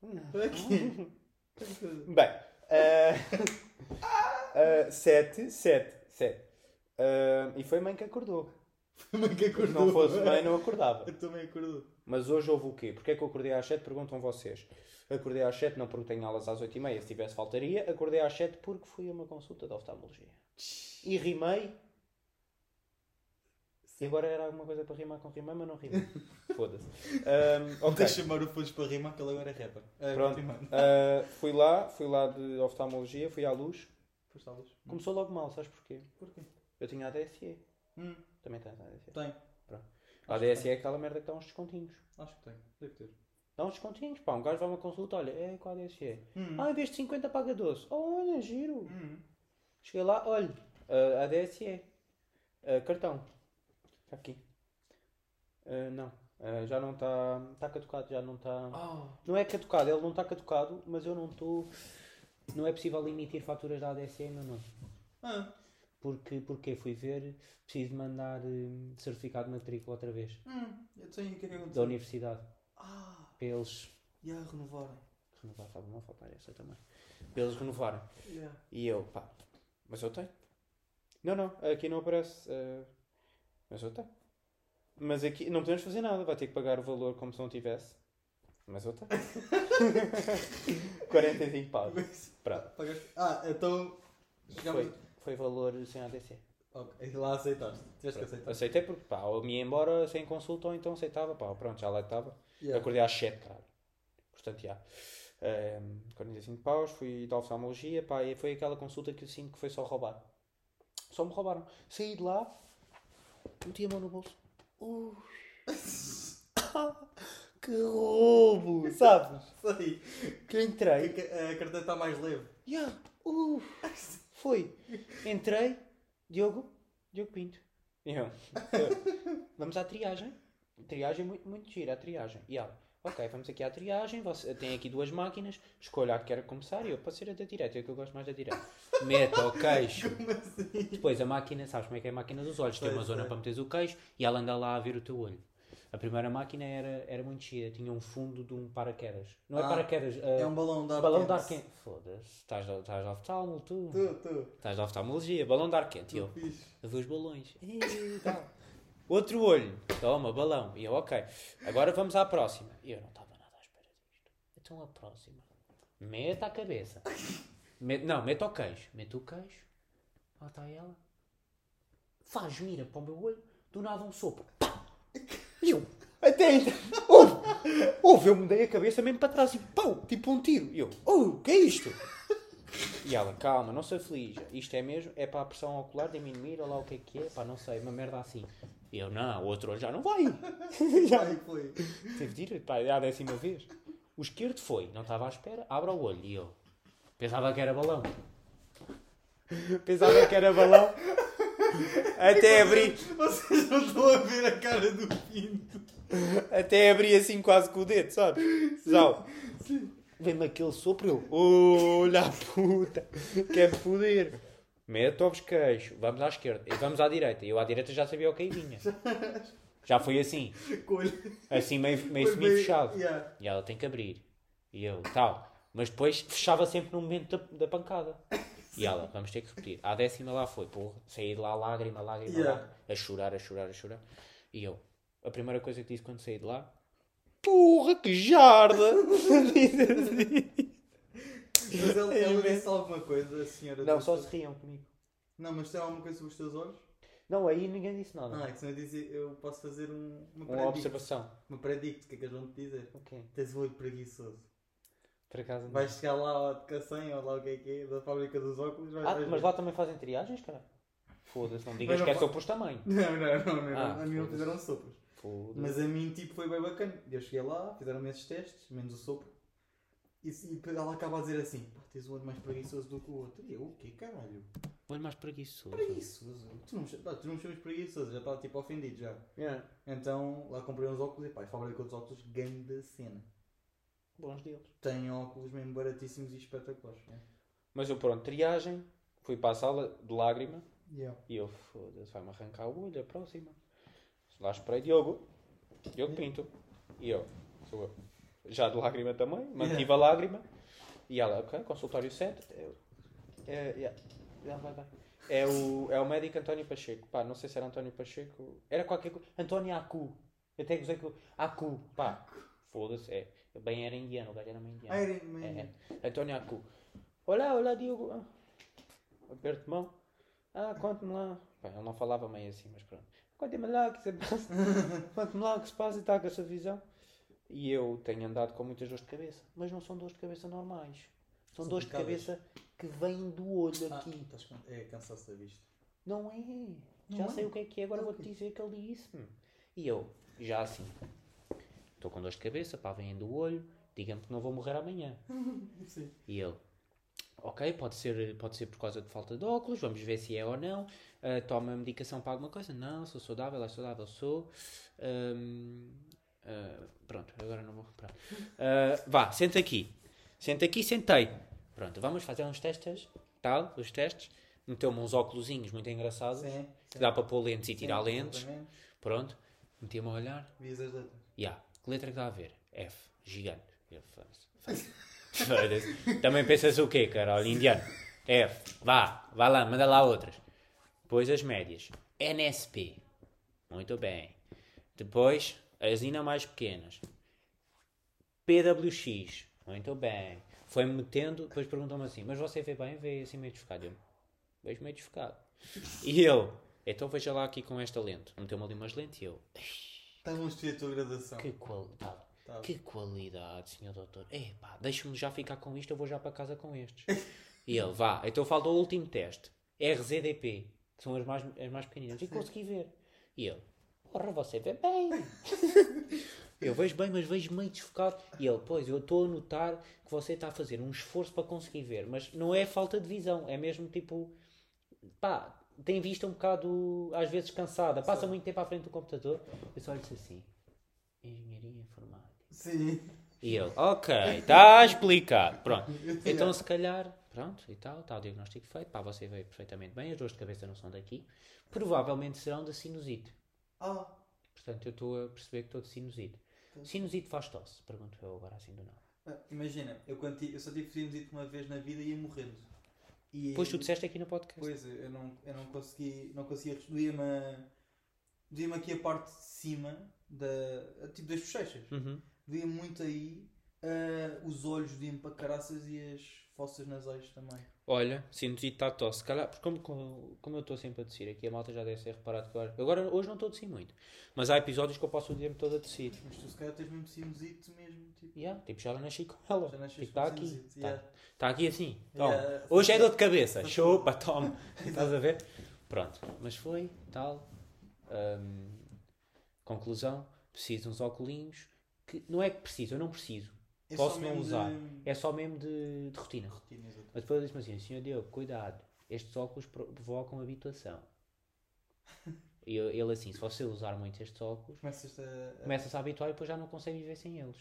Speaker 2: Não.
Speaker 1: Aqui.
Speaker 2: Bem, eh, eh, sete, sete, sete. Eh, e foi a mãe que acordou.
Speaker 1: Também que
Speaker 2: Se
Speaker 1: acordou.
Speaker 2: não fosse mãe, não acordava.
Speaker 1: Eu também acordou.
Speaker 2: Mas hoje houve o quê? Porquê é que eu acordei às 7? Perguntam vocês. Acordei às 7 não porque tenho aulas às 8 e meia, se tivesse faltaria. Acordei às 7 porque fui a uma consulta de oftalmologia. E rimei. E agora era alguma coisa para rimar com rimei, mas não rimei. Foda-se. Ahm, ok.
Speaker 1: Tens de chamar o Fontes para rimar, que ele agora é rapper. Ah,
Speaker 2: Pronto.
Speaker 1: continuando.
Speaker 2: Ah, fui lá, fui lá de oftalmologia, fui à luz.
Speaker 1: Foste à luz?
Speaker 2: Começou logo mal, sabes porquê?
Speaker 1: Hum, Porquê?
Speaker 2: Eu tinha ADSE.
Speaker 1: Hum,
Speaker 2: Também tens ADSE.
Speaker 1: tem.
Speaker 2: A ADSE é aquela merda que dá uns descontinhos.
Speaker 1: Acho que tem. Deve ter.
Speaker 2: Dá uns descontinhos, pá. Um gajo vai a uma consulta, olha, é com a ADSE.
Speaker 1: Hum.
Speaker 2: Ah, em vez de 50 paga 12. Oh, olha, giro.
Speaker 1: Hum.
Speaker 2: Cheguei lá, olha, a ADSE. Ah, cartão. Está aqui. Ah, não. Ah, já não está. Está caducado, já não está.
Speaker 1: Ah,
Speaker 2: Não é caducado, ele não está caducado, mas eu não estou. Não é possível emitir faturas da ADSE em meu nome.
Speaker 1: ah,
Speaker 2: Porque, porque fui ver, preciso mandar hum, certificado de matrícula outra vez.
Speaker 1: hum. Eu tenho. O que é que
Speaker 2: Da
Speaker 1: aconteceu?
Speaker 2: universidade.
Speaker 1: Ah,
Speaker 2: Para eles.
Speaker 1: e a renovarem.
Speaker 2: Renovar, sabe, não faltar essa também. Para eles renovarem.
Speaker 1: Yeah.
Speaker 2: E eu, pá, mas eu tenho. Não, não, aqui não aparece. eh, mas eu tenho. Mas aqui não podemos fazer nada, vai ter que pagar o valor como se não tivesse. Mas eu tenho. 45 paus. Pronto.
Speaker 1: Pagaste- Ah, então.
Speaker 2: Foi,
Speaker 1: Chegamos.
Speaker 2: foi valor sem ADC.
Speaker 1: Ok, é lá aceitaste. Tiveste que
Speaker 2: Pronto.
Speaker 1: aceitar.
Speaker 2: Aceitei porque, pá, ou me ia embora sem consulta ou então aceitava, pá, pronto, já lá estava.
Speaker 1: Yeah.
Speaker 2: Acordei às 7, caralho. Portanto, já. Ehm, 45 paus, fui de oftalmologia, pá, e foi aquela consulta que eu sinto que foi só roubar. Só me roubaram. Saí de lá, meti a mão no bolso. Ui. que roubo, sabes?
Speaker 1: Sei.
Speaker 2: Que
Speaker 1: A
Speaker 2: entrei.
Speaker 1: ca- A carteira está mais leve.
Speaker 2: Yeah. Uh, foi. Entrei, Diogo, Diogo Pinto. E Eu. Vamos à triagem. Triagem muito, muito gira, a triagem. E ela, ok, vamos aqui à triagem. Você tem aqui duas máquinas, escolha a que quer começar. E eu, pode ser a da direita, é que eu gosto mais da direita. Meta o queixo.
Speaker 1: Como assim?
Speaker 2: Depois a máquina, sabes como é que é a máquina dos olhos? Tem
Speaker 1: Sei,
Speaker 2: uma zona
Speaker 1: sei.
Speaker 2: para meteres o queixo e ela anda lá a ver o teu olho. A primeira máquina era, era muito gira, tinha um fundo de um paraquedas. Não é
Speaker 1: Ah,
Speaker 2: paraquedas,
Speaker 1: É um balão da
Speaker 2: Balão de ar quente. Foda-se. Estás de estás de oftalmo, tu.
Speaker 1: Tu, tu.
Speaker 2: Estás de oftalmologia. Balão de ar quente. E eu,
Speaker 1: Fixe.
Speaker 2: a ver os balões. Ih, tá. Outro olho. Toma, balão. E eu, ok. Agora vamos à próxima. E eu não estava nada à espera disto. Então a próxima. Meta a cabeça. Mete- não, mete o queixo. Mete o queixo. Lá está ela. Faz mira para o meu olho. Do nada um sopro. Pá! E eu, até então, houve, houve, eu mudei a cabeça mesmo para trás e pau, tipo um tiro. E eu, oh, o que é isto? E ela, calma, não se aflija. Isto é mesmo, é para a pressão ocular diminuir, ou lá o que é que é, pá, não sei, uma merda assim. E eu, não, o outro olho já não vai. já
Speaker 1: Ai, foi.
Speaker 2: teve de ir, pá, é a décima vez. O esquerdo foi, não estava à espera, abre o olho. E eu, pensava que era balão. Pensava que era balão. Até abri,
Speaker 1: Vocês não estão a ver a cara do Pinto.
Speaker 2: até abri assim quase com o dedo, sabes? Zau.
Speaker 1: Sim.
Speaker 2: Vem-me aquele sopro, eu, olha a puta, quer foder. Mete ovos queixo, vamos à esquerda, e vamos à direita. Eu à direita já sabia o que aí vinha. Já foi assim,
Speaker 1: Colho.
Speaker 2: assim meio, meio
Speaker 1: Foi
Speaker 2: semi
Speaker 1: bem-
Speaker 2: fechado.
Speaker 1: Yeah.
Speaker 2: E ela tem que abrir. E eu, tal. Mas depois fechava sempre no momento da, da pancada. E ela, vamos ter que repetir. À décima lá foi, porra. Saí de lá lágrima, lágrima,
Speaker 1: Yeah.
Speaker 2: lágrima. A chorar, a chorar, a chorar. E eu, a primeira coisa que disse quando saí de lá Porra, que jarda!
Speaker 1: Mas ela, ela disse alguma coisa, a senhora.
Speaker 2: É, não,
Speaker 1: dos-
Speaker 2: só se riam comigo.
Speaker 1: Não, mas tem alguma coisa sobre os teus olhos?
Speaker 2: Não, aí ninguém disse nada.
Speaker 1: Ah, é que se não dizer, eu posso fazer um, uma
Speaker 2: Uma
Speaker 1: predicto.
Speaker 2: observação.
Speaker 1: Uma predicto, o que é que eles vão te dizer?
Speaker 2: Ok.
Speaker 1: Tens o olho preguiçoso.
Speaker 2: Por acaso não.
Speaker 1: Vais chegar lá ao de Cacém, ou lá o que é que é, da fábrica dos óculos, vais,
Speaker 2: Ah,
Speaker 1: vais
Speaker 2: mas
Speaker 1: ver.
Speaker 2: lá também fazem triagens, cara? Foda-se, não digas
Speaker 1: não
Speaker 2: que é
Speaker 1: fa-
Speaker 2: só por tamanho.
Speaker 1: Não, não, não, não,
Speaker 2: Ah,
Speaker 1: a mim não
Speaker 2: foda-se.
Speaker 1: fizeram sopas.
Speaker 2: Foda-se.
Speaker 1: Mas a mim, tipo, foi bem bacana. Eu cheguei lá, fizeram esses testes, menos o sopro. E, se- e depois ela acaba a dizer assim: pá, tens um olho mais preguiçoso do que o outro. E eu, o quê, caralho?
Speaker 2: Olha mais preguiçoso.
Speaker 1: Preguiçoso? Tu não, me cha- pá, tu não me chamas preguiçoso, já estava tipo ofendido já.
Speaker 2: Yeah.
Speaker 1: Então lá comprei uns óculos e pá, fabricou os óculos, grande cena.
Speaker 2: Bons deles.
Speaker 1: Tem óculos mesmo baratíssimos e espetaculares. né?
Speaker 2: Mas eu pronto, triagem, fui para a sala de lágrima e eu foda-se, vai-me arrancar o olho, a próxima. Lá esperei Diogo, Diogo Pinto. E eu, sou eu. Já de lágrima também, mantive a lágrima. E ela, ok, consultório 7. É, é, é, é, vai, vai. É o, é o médico António Pacheco. Pá, não sei se era António Pacheco. Era qualquer coisa. António Acu. Eu até gozei com. Acu. Pá, foda-se. É. Bem era indiano, o gajo era meio indiano.
Speaker 1: Ah, era meio-
Speaker 2: É, é. António Acu. Olá, olá, Diogo. Ah, aperto de mão. Ah, conte-me lá. Bem, ele não falava meio assim, mas pronto. Conte-me lá o que se passa. Conte-me lá o que se passa e está com essa visão. E eu tenho andado com muitas dores de cabeça. Mas não são dores de cabeça normais. São,
Speaker 1: São
Speaker 2: dores de
Speaker 1: picadas.
Speaker 2: cabeça que vêm do olho
Speaker 1: Ah,
Speaker 2: aqui.
Speaker 1: estás com- é cansaço da vista.
Speaker 2: Não é. Já
Speaker 1: Não é?
Speaker 2: sei o que é que é, agora
Speaker 1: É o
Speaker 2: vou-te
Speaker 1: quê?
Speaker 2: dizer que ele disse-me. E eu, já assim, estou com dores de cabeça, pá, vem do olho, diga-me que não vou morrer amanhã.
Speaker 1: Sim.
Speaker 2: E ele, ok, pode ser, pode ser por causa de falta de óculos, vamos ver se é ou não. Ah, toma medicação para alguma coisa? Não, sou saudável, é saudável, sou. Ahm, ah, pronto, agora não vou reparar. Ah, vá, senta aqui. Senta aqui, sentei. Pronto, vamos fazer uns testes, tal, os testes. Meteu-me uns óculosinhos muito engraçados.
Speaker 1: Sim,
Speaker 2: que Dá para pôr lentes e tirar
Speaker 1: Sim,
Speaker 2: lentes.
Speaker 1: exatamente.
Speaker 2: Pronto, meti-me a olhar.
Speaker 1: Vias as letras.
Speaker 2: Ya, que letra é que dá a ver? F, gigante. Eu, foda-se, foda-se. Foda-se. Também pensas o quê, caralho? Indiano. F, vá, vá lá, manda lá outras. Depois as médias. NSP. Muito bem. Depois as ainda mais pequenas. PWX. Muito bem. Foi-me metendo, depois perguntou-me assim: Mas você vê bem? Vê assim meio desfocado. Eu, vejo meio desfocado. E eu, então veja lá aqui com esta lente. Meteu-me ali umas lentes e eu,
Speaker 1: Estavam a estudar a tua graduação.
Speaker 2: que qualidade.
Speaker 1: Então. Tá.
Speaker 2: Que qualidade, senhor doutor. Epá, deixa-me já ficar com isto, eu vou já para casa com estes. e ele, vá, então falta o último teste. RZDP, que são as mais, as mais pequeninas. E consegui ver. E ele, porra, você vê bem. eu vejo bem, mas vejo meio desfocado. E ele, pois, eu estou a notar que você está a fazer um esforço para conseguir ver. Mas não é falta de visão, é mesmo tipo pá, tem vista um bocado, às vezes, cansada, passa muito tempo à frente do computador. Eu só lhe disse assim: Engenharia Informática.
Speaker 1: Sim.
Speaker 2: E ele: Ok, está explicado. Pronto. Então, se calhar, pronto, e tal, está o diagnóstico feito. Pá, você veio perfeitamente bem, as dores de cabeça não são daqui. Provavelmente serão da sinusite.
Speaker 1: Ah,
Speaker 2: Portanto, eu estou a perceber que estou de sinusite. Sinusite faz tosse? Pergunto eu agora assim do nada.
Speaker 1: ah, imagina, eu, quando ti- eu só tive sinusite uma vez na vida e ia morrendo. E-
Speaker 2: Pois tu disseste aqui no podcast.
Speaker 1: Pois, eu não, eu não consegui, não conseguia, doía-me a- doía-me aqui a parte de cima, da, tipo das bochechas,
Speaker 2: Uhum.
Speaker 1: doía muito aí, ah, os olhos doíam para caraças e as fossas nasais também.
Speaker 2: Olha, sinusite está tosse. Se calhar, porque como- como, como eu estou sempre a tossir aqui, a malta já deve ser reparado que eu acho- Agora, hoje não estou a tossir muito, mas há episódios que eu posso o dia todo a tossir.
Speaker 1: Mas tu se calhar tens mesmo sinusite mesmo, tipo,
Speaker 2: Yeah, tipo, já nasci com ela.
Speaker 1: já nasces
Speaker 2: Tipo,
Speaker 1: com
Speaker 2: está aqui.
Speaker 1: sinusite,
Speaker 2: Está
Speaker 1: yeah.
Speaker 2: aqui assim. Toma.
Speaker 1: Yeah.
Speaker 2: Hoje é dor de cabeça. Chupa, toma. Estás a ver? Pronto. Mas foi, tal. Ahm, conclusão. Preciso de uns óculos que não é que preciso, eu não preciso.
Speaker 1: É só
Speaker 2: Posso não
Speaker 1: mesmo
Speaker 2: usar.
Speaker 1: de-
Speaker 2: É só mesmo de, de rotina.
Speaker 1: Rotina, exato.
Speaker 2: Mas depois ele disse-me assim, senhor Diogo, cuidado, estes óculos provocam habituação. E eu- ele assim, se você usar muito estes óculos,
Speaker 1: Começas a...
Speaker 2: começa-se a habituar e depois já não consegue viver sem eles.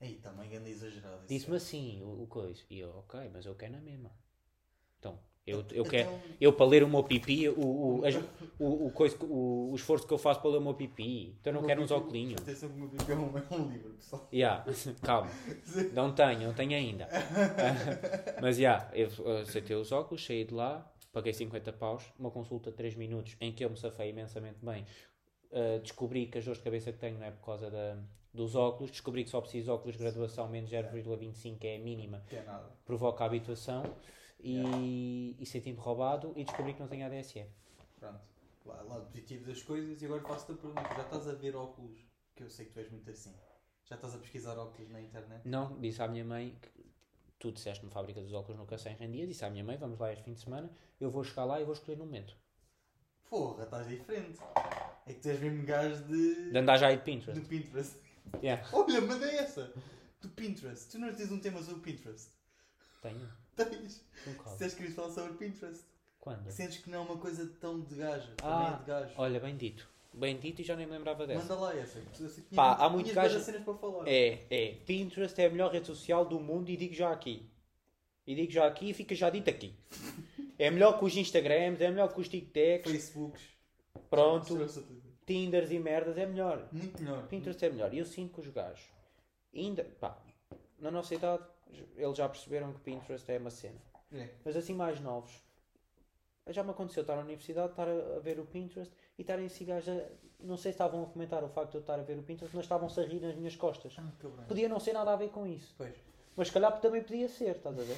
Speaker 1: Aí, também é grande exagerado. isso
Speaker 2: Disse-me
Speaker 1: é.
Speaker 2: assim, o, o coisa. E eu, ok, mas eu quero na mesma. Então, eu, eu
Speaker 1: Então-
Speaker 2: quero, eu para ler o meu pipi, o, o, as- o, o, coisa, que- o, o esforço que eu faço para ler o meu pipi, então eu não quero uns óculinhos.
Speaker 1: Atenção que o meu pipi é um, é um livro, pessoal.
Speaker 2: Yeah, calma. Não tenho, não tenho ainda. Mas já, eu eh, aceitei os óculos, saí de lá, paguei 50 paus, uma consulta de 3 Ah, minutos em que eu me safei imensamente bem. Eh, descobri que as dores de cabeça que tenho não é por causa da, dos óculos, descobri que só preciso de óculos de graduação menos 0,25, que é a mínima,
Speaker 1: Que é nada.
Speaker 2: provoca a habituação, e, e senti-me roubado e descobri que não tenho ADSE.
Speaker 1: Pronto. Lá, lado positivo das coisas e agora faço-te a pergunta. Já estás a ver óculos? Que eu sei que tu és muito assim. Já estás a pesquisar óculos na internet?
Speaker 2: Não, disse à minha mãe que tu disseste-me fábrica dos óculos nunca 100 rendia, disse à minha mãe, vamos lá este fim de semana, eu vou chegar lá e vou escolher no momento.
Speaker 1: Porra, estás diferente. É que tu és mesmo gajo de...
Speaker 2: De andar já aí de Pinterest.
Speaker 1: do Pinterest.
Speaker 2: Yeah,
Speaker 1: Olha, mas é essa. Do Pinterest. Tu não tens um tema sobre Pinterest.
Speaker 2: tenho.
Speaker 1: Tens.
Speaker 2: Um colo.
Speaker 1: Disseste que querias falar sobre Pinterest.
Speaker 2: Quando?
Speaker 1: Sentes que não é uma coisa tão de gajo.
Speaker 2: Ah,
Speaker 1: também é de gajo.
Speaker 2: Olha, bem dito. Bem dito e já nem me lembrava dessa.
Speaker 1: Manda lá essa. que tu- assim, tinha
Speaker 2: Pá,
Speaker 1: muita-
Speaker 2: há muito
Speaker 1: tinhas
Speaker 2: gajo-
Speaker 1: várias cenas para falar.
Speaker 2: É, é. Pinterest é a melhor rede social do mundo e digo já aqui. E digo já aqui e fica já dito aqui. É melhor que os Instagrams, é melhor que os TikToks,
Speaker 1: Facebooks.
Speaker 2: pronto,
Speaker 1: Será-se outra coisa.
Speaker 2: Tinders e merdas, é melhor.
Speaker 1: Muito melhor.
Speaker 2: Pinterest é melhor. E eu sinto que os gajos, ainda, pá, na nossa idade, eles já perceberam que Pinterest é uma cena.
Speaker 1: É.
Speaker 2: Mas assim mais novos. Já me aconteceu estar na universidade, estar a, a ver o Pinterest e estarem assim gajos a- Não sei se estavam a comentar o facto de eu estar a ver o Pinterest, mas estavam-se a rir nas minhas costas.
Speaker 1: Ah, cabrão.
Speaker 2: Podia não ser nada a ver com isso.
Speaker 1: Pois.
Speaker 2: Mas se calhar também podia ser, estás a ver?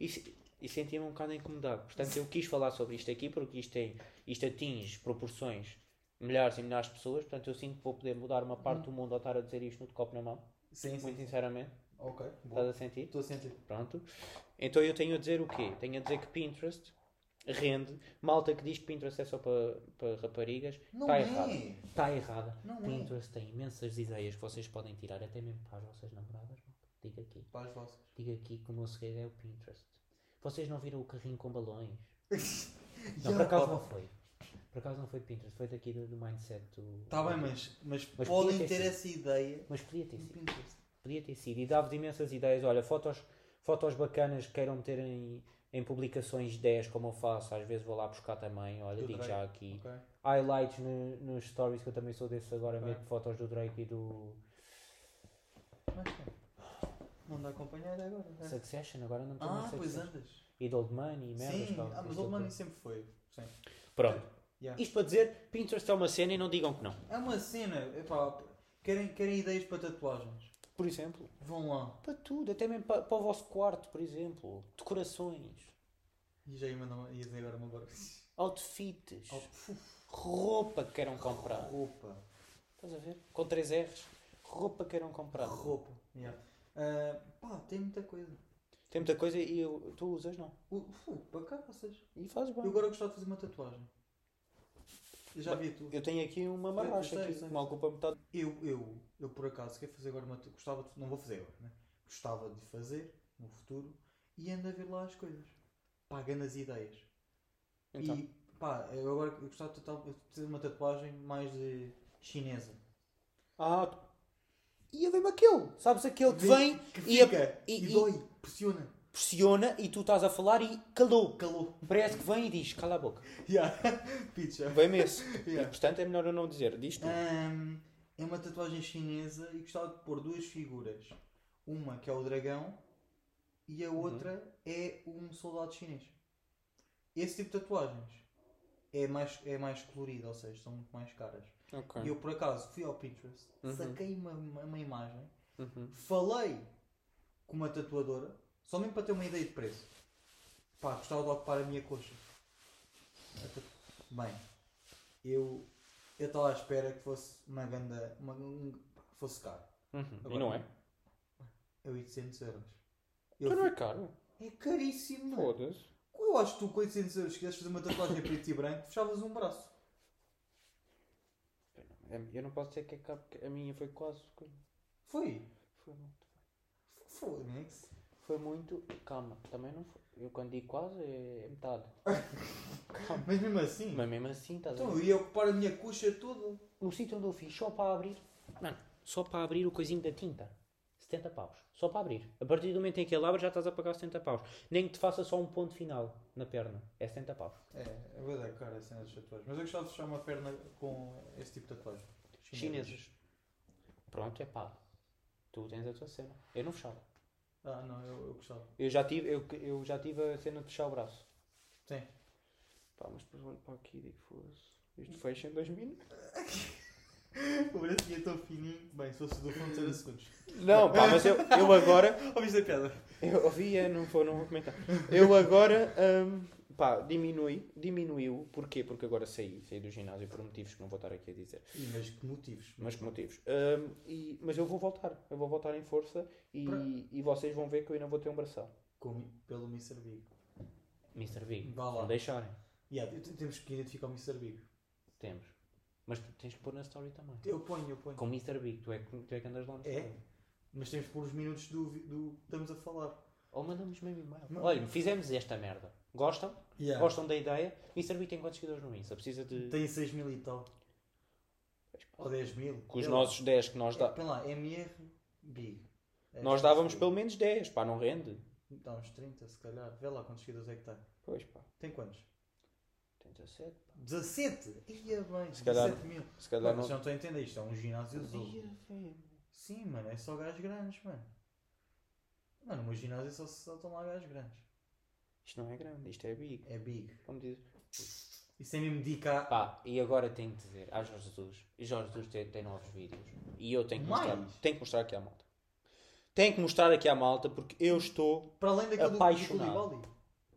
Speaker 2: E, se- e sentia-me um bocado incomodado. Portanto, eu quis falar sobre isto aqui porque isto, tem, isto atinge proporções milhares e milhares de pessoas. Portanto, eu sinto que vou poder mudar uma parte do mundo ao estar a dizer isto no de copo na mão.
Speaker 1: Sim, sim.
Speaker 2: Muito Tá. sinceramente.
Speaker 1: Ok. boa.
Speaker 2: Estás a sentir?
Speaker 1: Estou a sentir.
Speaker 2: Pronto. Então eu tenho a dizer o quê? Tenho a dizer que Pinterest rende. Malta que diz que Pinterest é só para, para raparigas.
Speaker 1: Não
Speaker 2: Está
Speaker 1: é.
Speaker 2: errada. Está errada.
Speaker 1: Não é.
Speaker 2: Pinterest tem imensas ideias que vocês podem tirar até mesmo para as vossas namoradas. malta. Diga aqui.
Speaker 1: Para as vossas.
Speaker 2: Diga aqui que o meu segredo é o Pinterest. Vocês não viram o carrinho com balões? Não,
Speaker 1: Já,
Speaker 2: por acaso
Speaker 1: pá.
Speaker 2: não foi. Por acaso não foi Pinterest. Foi daqui do, do mindset do...
Speaker 1: Tá bem, mas, mas,
Speaker 2: Mas
Speaker 1: podem
Speaker 2: podia ter
Speaker 1: ter
Speaker 2: sido.
Speaker 1: essa ideia
Speaker 2: Mas podia ter
Speaker 1: no
Speaker 2: sido.
Speaker 1: Pinterest.
Speaker 2: Podia ter sido. E dava-vos imensas ideias. Olha, fotos, fotos bacanas que queiram meter em, em publicações 10, como eu faço. Às vezes vou lá buscar também. Olha,
Speaker 1: Do
Speaker 2: digo
Speaker 1: Drake.
Speaker 2: já aqui.
Speaker 1: Ok.
Speaker 2: Highlights no- nos stories, que eu também sou desses agora.
Speaker 1: Ok.
Speaker 2: Meto fotos do Drake e do
Speaker 1: Mas é. Não dá a acompanhar agora. é?
Speaker 2: Succession. Agora não tenho
Speaker 1: Ah, pois
Speaker 2: Succession.
Speaker 1: andas.
Speaker 2: E do Old Money e merdas.
Speaker 1: Sim,
Speaker 2: tal,
Speaker 1: ah, mas
Speaker 2: isto
Speaker 1: o Mano
Speaker 2: tudo.
Speaker 1: sempre foi. Sim.
Speaker 2: Pronto.
Speaker 1: Yeah.
Speaker 2: Isto para dizer, Pinterest é uma cena e não digam que não.
Speaker 1: É uma cena. Epá, querem, querem ideias para tatuagens?
Speaker 2: Por exemplo.
Speaker 1: Vão lá.
Speaker 2: Para tudo, até mesmo para, para o vosso quarto, por exemplo. Decorações,
Speaker 1: E já ia, mandar uma- ia dizer agora uma barba.
Speaker 2: outfits,
Speaker 1: Oh, fuf,
Speaker 2: roupa que queiram comprar.
Speaker 1: roupa.
Speaker 2: Estás a ver? Com 3 R's. Roupa que queiram comprar.
Speaker 1: Roupa. Yeah. Ah, pá, tem muita coisa.
Speaker 2: Tem muita coisa e eu- tu usas não.
Speaker 1: Uh, Fu, para cá vocês.
Speaker 2: E fazes bem.
Speaker 1: Eu agora gostava de fazer uma tatuagem. Eu já vi a tua.
Speaker 2: Eu tenho aqui uma marracha
Speaker 1: Eu
Speaker 2: aqui,
Speaker 1: gostei,
Speaker 2: que
Speaker 1: gostei,
Speaker 2: me ocupa metade.
Speaker 1: Eu, eu, eu por acaso quero fazer agora uma. ta- Gostava de, não vou fazer agora, né? Gostava de fazer no futuro e ando a ver lá as coisas. Pagando as ideias.
Speaker 2: Então,
Speaker 1: E pá, eu agora eu gostava de tatuar- eu preciso de uma tatuagem mais de chinesa.
Speaker 2: Ah, tu- e eu vem-me aquele. Sabes aquele que vem
Speaker 1: Que
Speaker 2: e a-
Speaker 1: fica,
Speaker 2: e-
Speaker 1: e,
Speaker 2: e-
Speaker 1: dói, pressiona,
Speaker 2: pressiona e tu estás a falar e calou.
Speaker 1: calou.
Speaker 2: Parece que vem e diz, cala a boca.
Speaker 1: Yeah. Picha.
Speaker 2: Vem-me esse.
Speaker 1: Yeah.
Speaker 2: E, portanto é melhor eu não dizer. Diz tu.
Speaker 1: Ahm, é uma tatuagem chinesa e gostava de pôr duas figuras. Uma que é o dragão e a outra é um soldado chinês. Esse tipo de tatuagens é mais, é mais colorida, ou seja, são muito mais caras.
Speaker 2: Ok.
Speaker 1: E eu por acaso fui ao Pinterest,
Speaker 2: Tá. Uhum.
Speaker 1: saquei uma, uma, uma imagem,
Speaker 2: Uhum.
Speaker 1: falei com uma tatuadora, só mesmo para ter uma ideia de preço. Pá, gostava de ocupar a minha coxa. A tatu- Bem, eu eu estava à espera que fosse uma ganda. Uma, um- que fosse caro.
Speaker 2: Uhum. E
Speaker 1: Agora-
Speaker 2: não é?
Speaker 1: É 800 euros. Eu
Speaker 2: Então não
Speaker 1: fui-
Speaker 2: é caro.
Speaker 1: é caríssimo!
Speaker 2: Foda-se.
Speaker 1: Eu acho que tu com 800 euros quisesse fazer uma tatuagem em preto e branco, fechavas um braço.
Speaker 2: Eu não posso dizer que é caro, porque a minha foi quase. que-
Speaker 1: Foi.
Speaker 2: Foi muito.
Speaker 1: Foda-se.
Speaker 2: Foi muito. Calma, também não foi. Eu quando digo quase é é metade.
Speaker 1: Mas mesmo assim,
Speaker 2: Mas mesmo assim, estás a
Speaker 1: então
Speaker 2: ver?
Speaker 1: eu ia ocupar a minha coxa toda.
Speaker 2: No sítio onde eu fiz, só para abrir. Mano, só para abrir o coisinho da tinta. 70 paus. Só para abrir. A partir do momento em que ele abre, já estás a pagar 70 paus. Nem que te faça só um ponto final na perna. É 70 paus.
Speaker 1: É, é verdade, cara, a cena das tatuagens. Mas eu gostava de fechar uma perna com esse tipo de tatuagem.
Speaker 2: Chineses. Pronto, é pago. Tu tens a tua cena. Eu não fechava.
Speaker 1: Ah, não, eu, eu gostava.
Speaker 2: Eu já tive, eu, eu já tive a cena de fechar o braço.
Speaker 1: Sim.
Speaker 2: Pá, mas depois olho para aqui e digo, foda-se. Isto fecha em 2 minutos.
Speaker 1: O bracinho é tão fininho. Bem, se fosse do fundo, era segundos.
Speaker 2: Não, pá, mas eu, eu agora.
Speaker 1: Ouviste a piada?
Speaker 2: Eu ouvia, não vou, não vou comentar. Eu agora. hum, pá, diminui. Diminuiu. Porquê? Porque agora saí. Saí do ginásio por motivos que não vou estar aqui a dizer.
Speaker 1: Ih, mas que motivos.
Speaker 2: Mas que motivos. Hum, e- mas eu vou voltar. Eu vou voltar em força e,
Speaker 1: Pra-
Speaker 2: e vocês vão ver que eu ainda vou ter um bração.
Speaker 1: Com, pelo Mr. Big.
Speaker 2: Mr. Big.
Speaker 1: Vá lá.
Speaker 2: Não deixarem.
Speaker 1: Yeah, t- t- temos que identificar o Mr. Big.
Speaker 2: Temos. Mas tu tens que pôr na story também.
Speaker 1: Eu ponho, eu ponho.
Speaker 2: Com Mr. Big, tu é, que- tu é que andas lá no
Speaker 1: É? Mas temos que pôr os minutos do, vi- do que estamos a falar.
Speaker 2: Ou mandamos mesmo e-mail.
Speaker 1: Não.
Speaker 2: Olha, fizemos esta merda. Gostam?
Speaker 1: Yeah.
Speaker 2: Gostam da ideia? Mr. B tem quantos seguidores no Insta? Precisa de.
Speaker 1: Tem 6 mil e tal. Ou 10 mil.
Speaker 2: Com os nossos 10 que nós,
Speaker 1: Espera
Speaker 2: dá...
Speaker 1: lá, MR Big. É,
Speaker 2: nós
Speaker 1: acho que
Speaker 2: dávamos
Speaker 1: sim.
Speaker 2: pelo menos 10, pá, não rende?
Speaker 1: Dá uns 30, se calhar. Vê lá quantos seguidores é que está.
Speaker 2: Pois pá,
Speaker 1: Tem quantos?
Speaker 2: tem 17, pá.
Speaker 1: 17? Ia bem,
Speaker 2: Se calhar-
Speaker 1: 17 mil. Mano,
Speaker 2: Se calhar
Speaker 1: mas eu
Speaker 2: não.
Speaker 1: não estou a entender isto. É um ginásio azul.
Speaker 2: Ia, velho.
Speaker 1: Sim, mano, é só gajos grandes, mano. Mano, no meu ginásio só, só estão lá gajos grandes.
Speaker 2: Isto não é grande, isto é big.
Speaker 1: É big.
Speaker 2: Como diz.
Speaker 1: Isso é mesmo dica.
Speaker 2: Pá, e agora tenho de dizer ao Jorge Jesus. E Jorge Jesus tem, tem novos vídeos. E eu tenho que mostrar.
Speaker 1: Mais?
Speaker 2: Tenho que mostrar aqui à malta. Tenho que mostrar aqui à malta porque eu estou
Speaker 1: Para além daquele do- do
Speaker 2: Apaixonado.
Speaker 1: Culibaldi.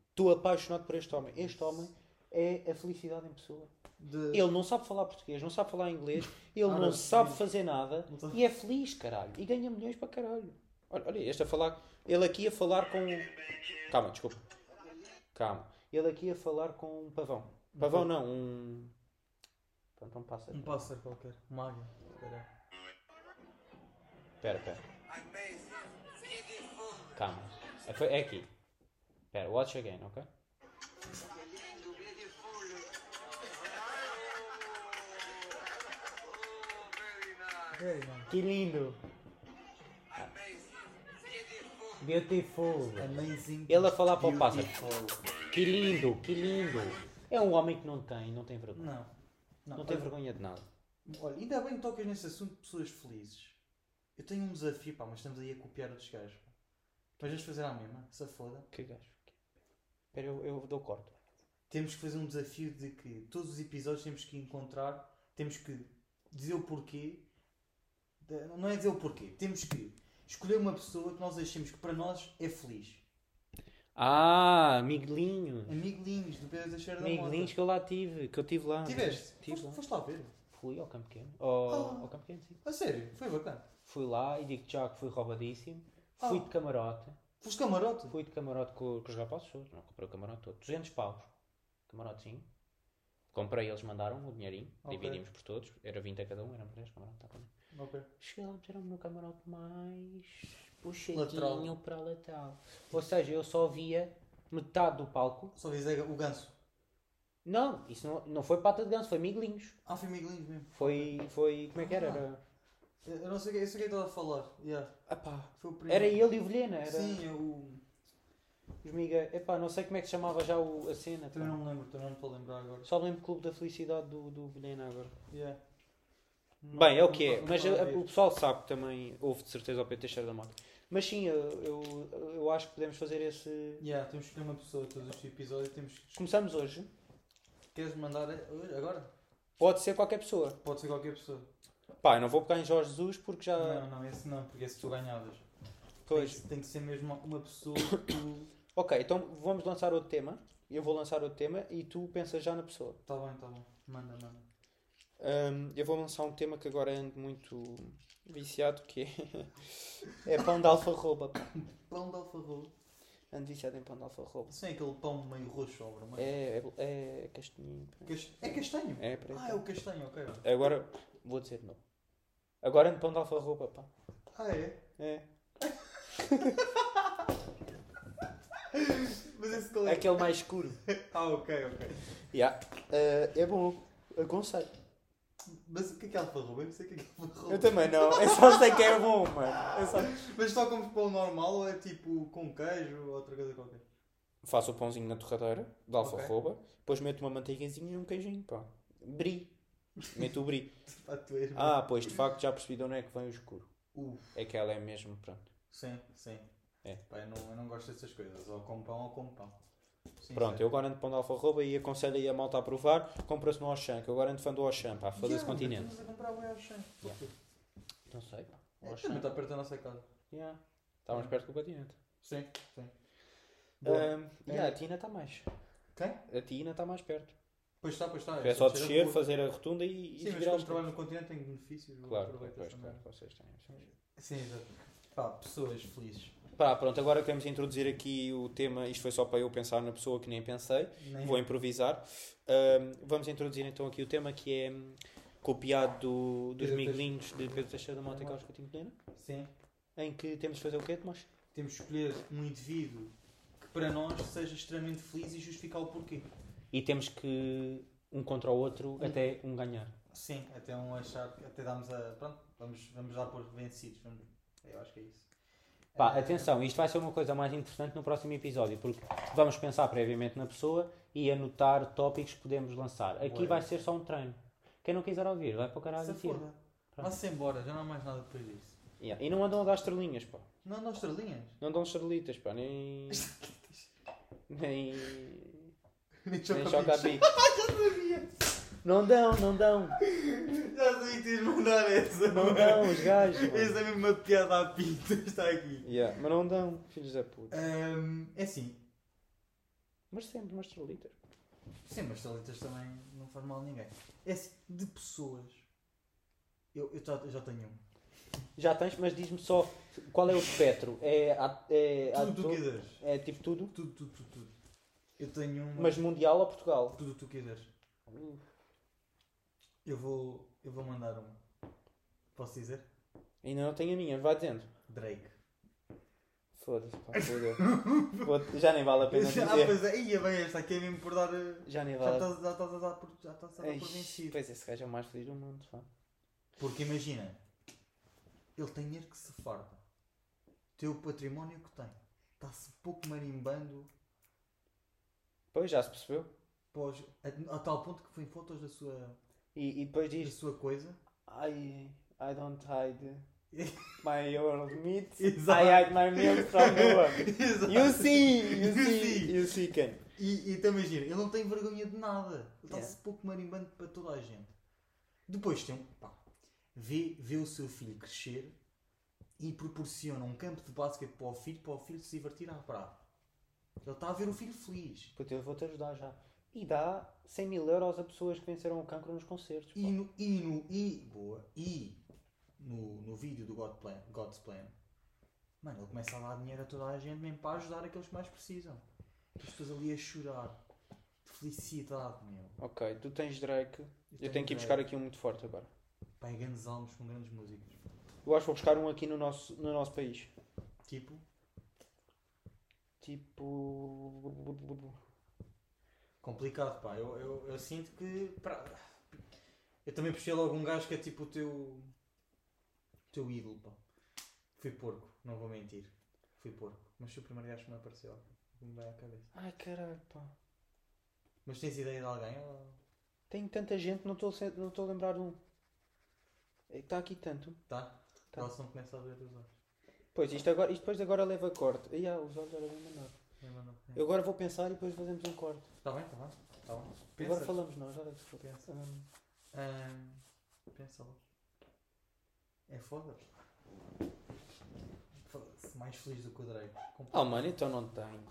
Speaker 2: Estou apaixonado por este homem. Este homem é a felicidade em pessoa.
Speaker 1: De...
Speaker 2: Ele não sabe falar português, não sabe falar inglês, ele
Speaker 1: Nada
Speaker 2: não
Speaker 1: de
Speaker 2: sabe
Speaker 1: feliz.
Speaker 2: fazer nada
Speaker 1: Não sabe.
Speaker 2: e é feliz, caralho. E ganha milhões para caralho. Olha, olha este a falar. Ele aqui a falar com. um- Calma, desculpa. Calma. Ele aqui a falar com um pavão. Pavão não, um. Pronto, um pássaro.
Speaker 1: Um pássaro qualquer. Uma águia. Espera.
Speaker 2: Pera, pera. Calma. É, foi- é aqui. Pera, watch again, ok?
Speaker 1: Very nice.
Speaker 2: Que lindo! Beautiful!
Speaker 1: Amazing.
Speaker 2: Ele a falar para o pássaro.
Speaker 1: Beautiful.
Speaker 2: Que lindo, que lindo! É um homem que não tem, não tem vergonha.
Speaker 1: Não.
Speaker 2: Não,
Speaker 1: Não,
Speaker 2: tem
Speaker 1: olha-
Speaker 2: vergonha de nada.
Speaker 1: Olha, ainda bem que tocas nesse assunto de pessoas felizes. Eu tenho um desafio, pá, mas estamos aí a copiar outros gajos. pá. Mas vamos fazer a mesma, se a foda.
Speaker 2: Que gajo. Espera, eu, eu dou corte.
Speaker 1: Temos que fazer um desafio de que todos os episódios temos que encontrar, temos que dizer o porquê. da- Não é dizer o porquê, temos que escolher uma pessoa que nós achemos que para nós é feliz.
Speaker 2: Ah, miguelinhos.
Speaker 1: Amiguinhos do Pedro Teixeira da
Speaker 2: Miguelinhos
Speaker 1: Mota.
Speaker 2: que eu lá tive, que eu tive lá.
Speaker 1: Tiveste?
Speaker 2: Tive
Speaker 1: Foste,
Speaker 2: lá.
Speaker 1: foste lá ver?
Speaker 2: Fui ao Campo Pequeno. Ao,
Speaker 1: Ah.
Speaker 2: ao Campo Pequeno, sim.
Speaker 1: A sério, foi bacana.
Speaker 2: Fui lá e digo já que fui roubadíssimo.
Speaker 1: Ah.
Speaker 2: Fui de camarote.
Speaker 1: Foste camarote?
Speaker 2: Fui de camarote com, com os rapazes todos. Não comprei o camarote todo. 200 paus. Camarotezinho. Comprei, eles mandaram o dinheirinho.
Speaker 1: Ok.
Speaker 2: Dividimos por todos. Era 20 a cada um, eram 10 camarote. Tá bom.
Speaker 1: Ok.
Speaker 2: Cheguei lá, meteram-me no camarote mais
Speaker 1: Lateral.
Speaker 2: puxadinho para lateral. Ou seja, eu só via metade do palco.
Speaker 1: Só dizer o ganso.
Speaker 2: Não, isso não, não foi pata de ganso, foi miguelinhos.
Speaker 1: Ah, foi amiguinhos mesmo.
Speaker 2: Foi, foi, como é que era?
Speaker 1: Ah.
Speaker 2: Era,
Speaker 1: Eu eu não sei o que, eu sei o que é que estava a falar. Yeah.
Speaker 2: Epá,
Speaker 1: Foi o primeiro.
Speaker 2: era ele e o Vilhena, era
Speaker 1: Ah, Sim, eu
Speaker 2: os miga. Epá, não sei como é que se chamava já o- a cena.
Speaker 1: também
Speaker 2: pá.
Speaker 1: não me lembro, também não estou a lembrar agora.
Speaker 2: Só me lembro do Clube da Felicidade do, do Vilhena agora.
Speaker 1: Yeah. Não-
Speaker 2: Bem, é o
Speaker 1: não
Speaker 2: que é,
Speaker 1: tô- não
Speaker 2: mas
Speaker 1: tô a
Speaker 2: a-
Speaker 1: ver.
Speaker 2: o pessoal sabe que também houve de certeza ao Pedro Teixeira da Mota. Mas sim, eu, eu, eu acho que podemos fazer esse.
Speaker 1: Yeah, temos que escolher uma pessoa todos os episódios. Temos que...
Speaker 2: Começamos hoje.
Speaker 1: Queres mandar a- hoje, agora?
Speaker 2: Pode ser qualquer pessoa.
Speaker 1: Pode ser qualquer pessoa.
Speaker 2: Pá, eu não vou pegar em Jorge Jesus porque já.
Speaker 1: Não, não, esse não, porque esse tu ganhavas.
Speaker 2: Pois.
Speaker 1: Tem que- Tem que ser mesmo uma pessoa que tu.
Speaker 2: Ok, então vamos lançar outro tema. Eu vou lançar outro tema e tu pensas já na pessoa.
Speaker 1: Tá bem, tá bom. Manda, manda.
Speaker 2: Hum, eu vou lançar um tema que agora ando muito viciado, que é. é pão de alfarroba. pá.
Speaker 1: Pão de alfarrobo.
Speaker 2: Ando viciado em pão de alfarroba.
Speaker 1: Sem aquele pão meio roxo, obra, mas.
Speaker 2: É, é, é castanhinho. pá.
Speaker 1: Cas- É castanho?
Speaker 2: É, preto.
Speaker 1: Ah, é o castanho, ok.
Speaker 2: Agora vou dizer não. Agora ando pão de alfarroba, pá.
Speaker 1: Ah, é?
Speaker 2: É.
Speaker 1: Mas esse qual
Speaker 2: É
Speaker 1: é?
Speaker 2: Aquele mais escuro.
Speaker 1: Ah, ok, ok.
Speaker 2: Yeah. Eh, é bom. Aconselho.
Speaker 1: Mas o que é que é alfarrobo? Eu não sei o que é que é alfarrobo.
Speaker 2: Eu também não. Eu só sei que é bom, mano. Eu só-
Speaker 1: Mas só como pão normal ou é tipo com queijo ou outra coisa qualquer?
Speaker 2: Faço o pãozinho na torradeira, de
Speaker 1: Ok.
Speaker 2: alfarroba, depois meto uma manteigazinha e um queijinho, pá. Brie. Meto o brie.
Speaker 1: Pá, tu és
Speaker 2: Ah, pois, de facto, já percebi de onde é que vem o escuro.
Speaker 1: Uf,
Speaker 2: É que ela é mesmo, pronto.
Speaker 1: sim, sim.
Speaker 2: É.
Speaker 1: Pá, eu, não, eu não gosto dessas coisas. Ou com pão ou com pão.
Speaker 2: Pronto, eu garanto pão de alfarroba e aconselho aí a malta a provar. Compra-se no Auchan, que eu garanto fã do Auchan, pá, foda-se continente.
Speaker 1: Estamos a comprar o Auchan.
Speaker 2: Yeah. Não sei, pá.
Speaker 1: É,
Speaker 2: Auchan.
Speaker 1: também está perto da nossa casa.
Speaker 2: Yeah. Está Tá mais perto que o continente.
Speaker 1: Sim, sim. Boa. É
Speaker 2: Ahm, Um, yeah, a Tina está mais.
Speaker 1: Quem?
Speaker 2: A Tina está mais perto.
Speaker 1: Pois está, pois está.
Speaker 2: É só
Speaker 1: cheira
Speaker 2: descer,
Speaker 1: a podre.
Speaker 2: fazer a rotunda e, e
Speaker 1: Sim, mas
Speaker 2: virar
Speaker 1: como
Speaker 2: os
Speaker 1: trabalho no continente tem benefícios. eu
Speaker 2: Claro,
Speaker 1: aproveito
Speaker 2: pois,
Speaker 1: essa
Speaker 2: claro,
Speaker 1: merda.
Speaker 2: vocês têm.
Speaker 1: Sim, exato. Pá, pessoas felizes.
Speaker 2: Pá, pronto, agora queremos introduzir aqui o tema. Isto foi só para eu pensar na pessoa que nem pensei.
Speaker 1: Nem
Speaker 2: Vou improvisar. Ahm, vamos introduzir então aqui o tema que é hum, copiado do- dos
Speaker 1: Pedro
Speaker 2: miguelinhos de Pedro Teixeira da Mota e Carlos Coutinho Pereira,
Speaker 1: Sim.
Speaker 2: em que temos de fazer o quê, Tomás?
Speaker 1: Temos de escolher um indivíduo que para nós seja extremamente feliz e justificar o porquê.
Speaker 2: E temos que, um contra o
Speaker 1: Hum.
Speaker 2: outro, até um ganhar.
Speaker 1: Sim, até um achar, até darmos a. Pronto, vamos, vamos dar por vencidos. Vamos, eu acho que é isso.
Speaker 2: Pá,
Speaker 1: Eh,
Speaker 2: atenção, isto vai ser uma coisa mais interessante no próximo episódio, porque vamos pensar previamente na pessoa e anotar tópicos que podemos lançar. Aqui
Speaker 1: Boa.
Speaker 2: vai ser só um treino. Quem não quiser ouvir, vai para o caralho
Speaker 1: Se
Speaker 2: e tira.
Speaker 1: foda. Vá-se embora, já não há mais nada depois disso.
Speaker 2: Yeah. E não andam a dar estrelinhas, pá.
Speaker 1: Não dá estrelinhas?
Speaker 2: Não dão estrelitas, pá. Nem. nem.
Speaker 1: Nem
Speaker 2: nem
Speaker 1: choca
Speaker 2: choca a
Speaker 1: bicho.
Speaker 2: bico. Não dão, não dão.
Speaker 1: Já sabia que ias mandar essa.
Speaker 2: Não
Speaker 1: mano.
Speaker 2: dão, os gajos. mano.
Speaker 1: Essa é mesmo uma piada à pinta, está aqui.
Speaker 2: Yeah, Mas não dão, filhos da puta.
Speaker 1: Ahm, é assim,
Speaker 2: Mas sempre umas estrelitas.
Speaker 1: Sim, mas estaletas também não faz mal a ninguém. É assim, de pessoas. Eu, eu, já, eu já tenho um.
Speaker 2: Já tens, mas diz-me só qual é o espectro? É. a- é
Speaker 1: Tudo o que tu
Speaker 2: ator?
Speaker 1: quiseres.
Speaker 2: É tipo tudo?
Speaker 1: Tudo, tudo, tudo, tudo. Eu tenho um.
Speaker 2: Mas mundial ou Portugal?
Speaker 1: Tudo o que tu quiseres. Eu vou, eu vou mandar um. Posso dizer?
Speaker 2: Ainda não tenho a minha, vai dizendo.
Speaker 1: Drake.
Speaker 2: Foda-se, pá, foda-se. Foda-se, Já nem vale a pena
Speaker 1: ah,
Speaker 2: dizer. É
Speaker 1: pois é. Ia bem esta aqui é mesmo por dar. eh,
Speaker 2: Já nem
Speaker 1: Já
Speaker 2: vale a
Speaker 1: estás já estás a dar por, já estás a dar
Speaker 2: Ei,
Speaker 1: por vencido.
Speaker 2: Pois esse gajo é o mais feliz do mundo, pá.
Speaker 1: Porque imagina. Ele tem dinheiro que se farda. Tem o património que tem. Está-se pouco marimbando
Speaker 2: Pois, já se percebeu.
Speaker 1: Pós, a, a tal ponto que foi em fotos da sua,
Speaker 2: E, e depois
Speaker 1: da
Speaker 2: diz
Speaker 1: sua coisa.
Speaker 2: I, I don't hide my old meat.
Speaker 1: Exato.
Speaker 2: I hide my milk from the world.
Speaker 1: Exato.
Speaker 2: You see, you
Speaker 1: You
Speaker 2: see,
Speaker 1: see.
Speaker 2: you see, Ken.
Speaker 1: E, e também gira, ele não tem vergonha de nada. Ele está-se
Speaker 2: Yeah.
Speaker 1: pouco marimbando para toda a gente. Depois tem um. Pá, vê, vê o seu filho crescer e proporciona um campo de basquete para o filho, para o filho se divertir à praia. Ele está a ver o filho feliz.
Speaker 2: Puta, eu vou-te ajudar já. E dá 100 mil euros a pessoas que venceram o cancro nos concertos.
Speaker 1: E no, e no, e, boa, e no, no vídeo do God Plan, God's Plan, mano, ele começa a dar dinheiro a toda a gente mesmo para ajudar aqueles que mais precisam. As pessoas ali a chorar, de felicidade, meu.
Speaker 2: pá. Ok, tu tens Drake. Eu, tenho, que ir
Speaker 1: ideia.
Speaker 2: buscar aqui um muito forte agora.
Speaker 1: Pá, e grandes almas com grandes músicas.
Speaker 2: Eu acho que vou buscar um aqui no nosso, no nosso país.
Speaker 1: Tipo,
Speaker 2: Tipo.
Speaker 1: complicado, pá. Eu, eu, eu sinto que. pra- Eu também puxei logo um gajo que é tipo o teu. o teu ídolo, pá. Fui porco, não vou mentir. Fui porco. Mas foi o primeiro gajo que me apareceu. que Me veio à cabeça.
Speaker 2: Ai caralho, pá.
Speaker 1: Mas tens ideia de alguém? ou-
Speaker 2: Tenho tanta gente, não estou não tô a lembrar de um. Está aqui tanto.
Speaker 1: Tá?
Speaker 2: Tá.
Speaker 1: Ela só não começa a ver os olhos.
Speaker 2: Pois, isto, agora, isto depois agora leva corte. E ah, os olhos era bem menor.
Speaker 1: Nem mandou.
Speaker 2: Eu agora vou pensar e depois fazemos um corte.
Speaker 1: Tá bem, tá bem. Tá bom.
Speaker 2: Agora
Speaker 1: Pensa.
Speaker 2: falamos nós, olha que foda.
Speaker 1: Pensa.
Speaker 2: Hum,
Speaker 1: Ahm, pensa lá. É foda. Foda-se, mais feliz do que o Drake. Com-
Speaker 2: Ah, mano, então não tenho.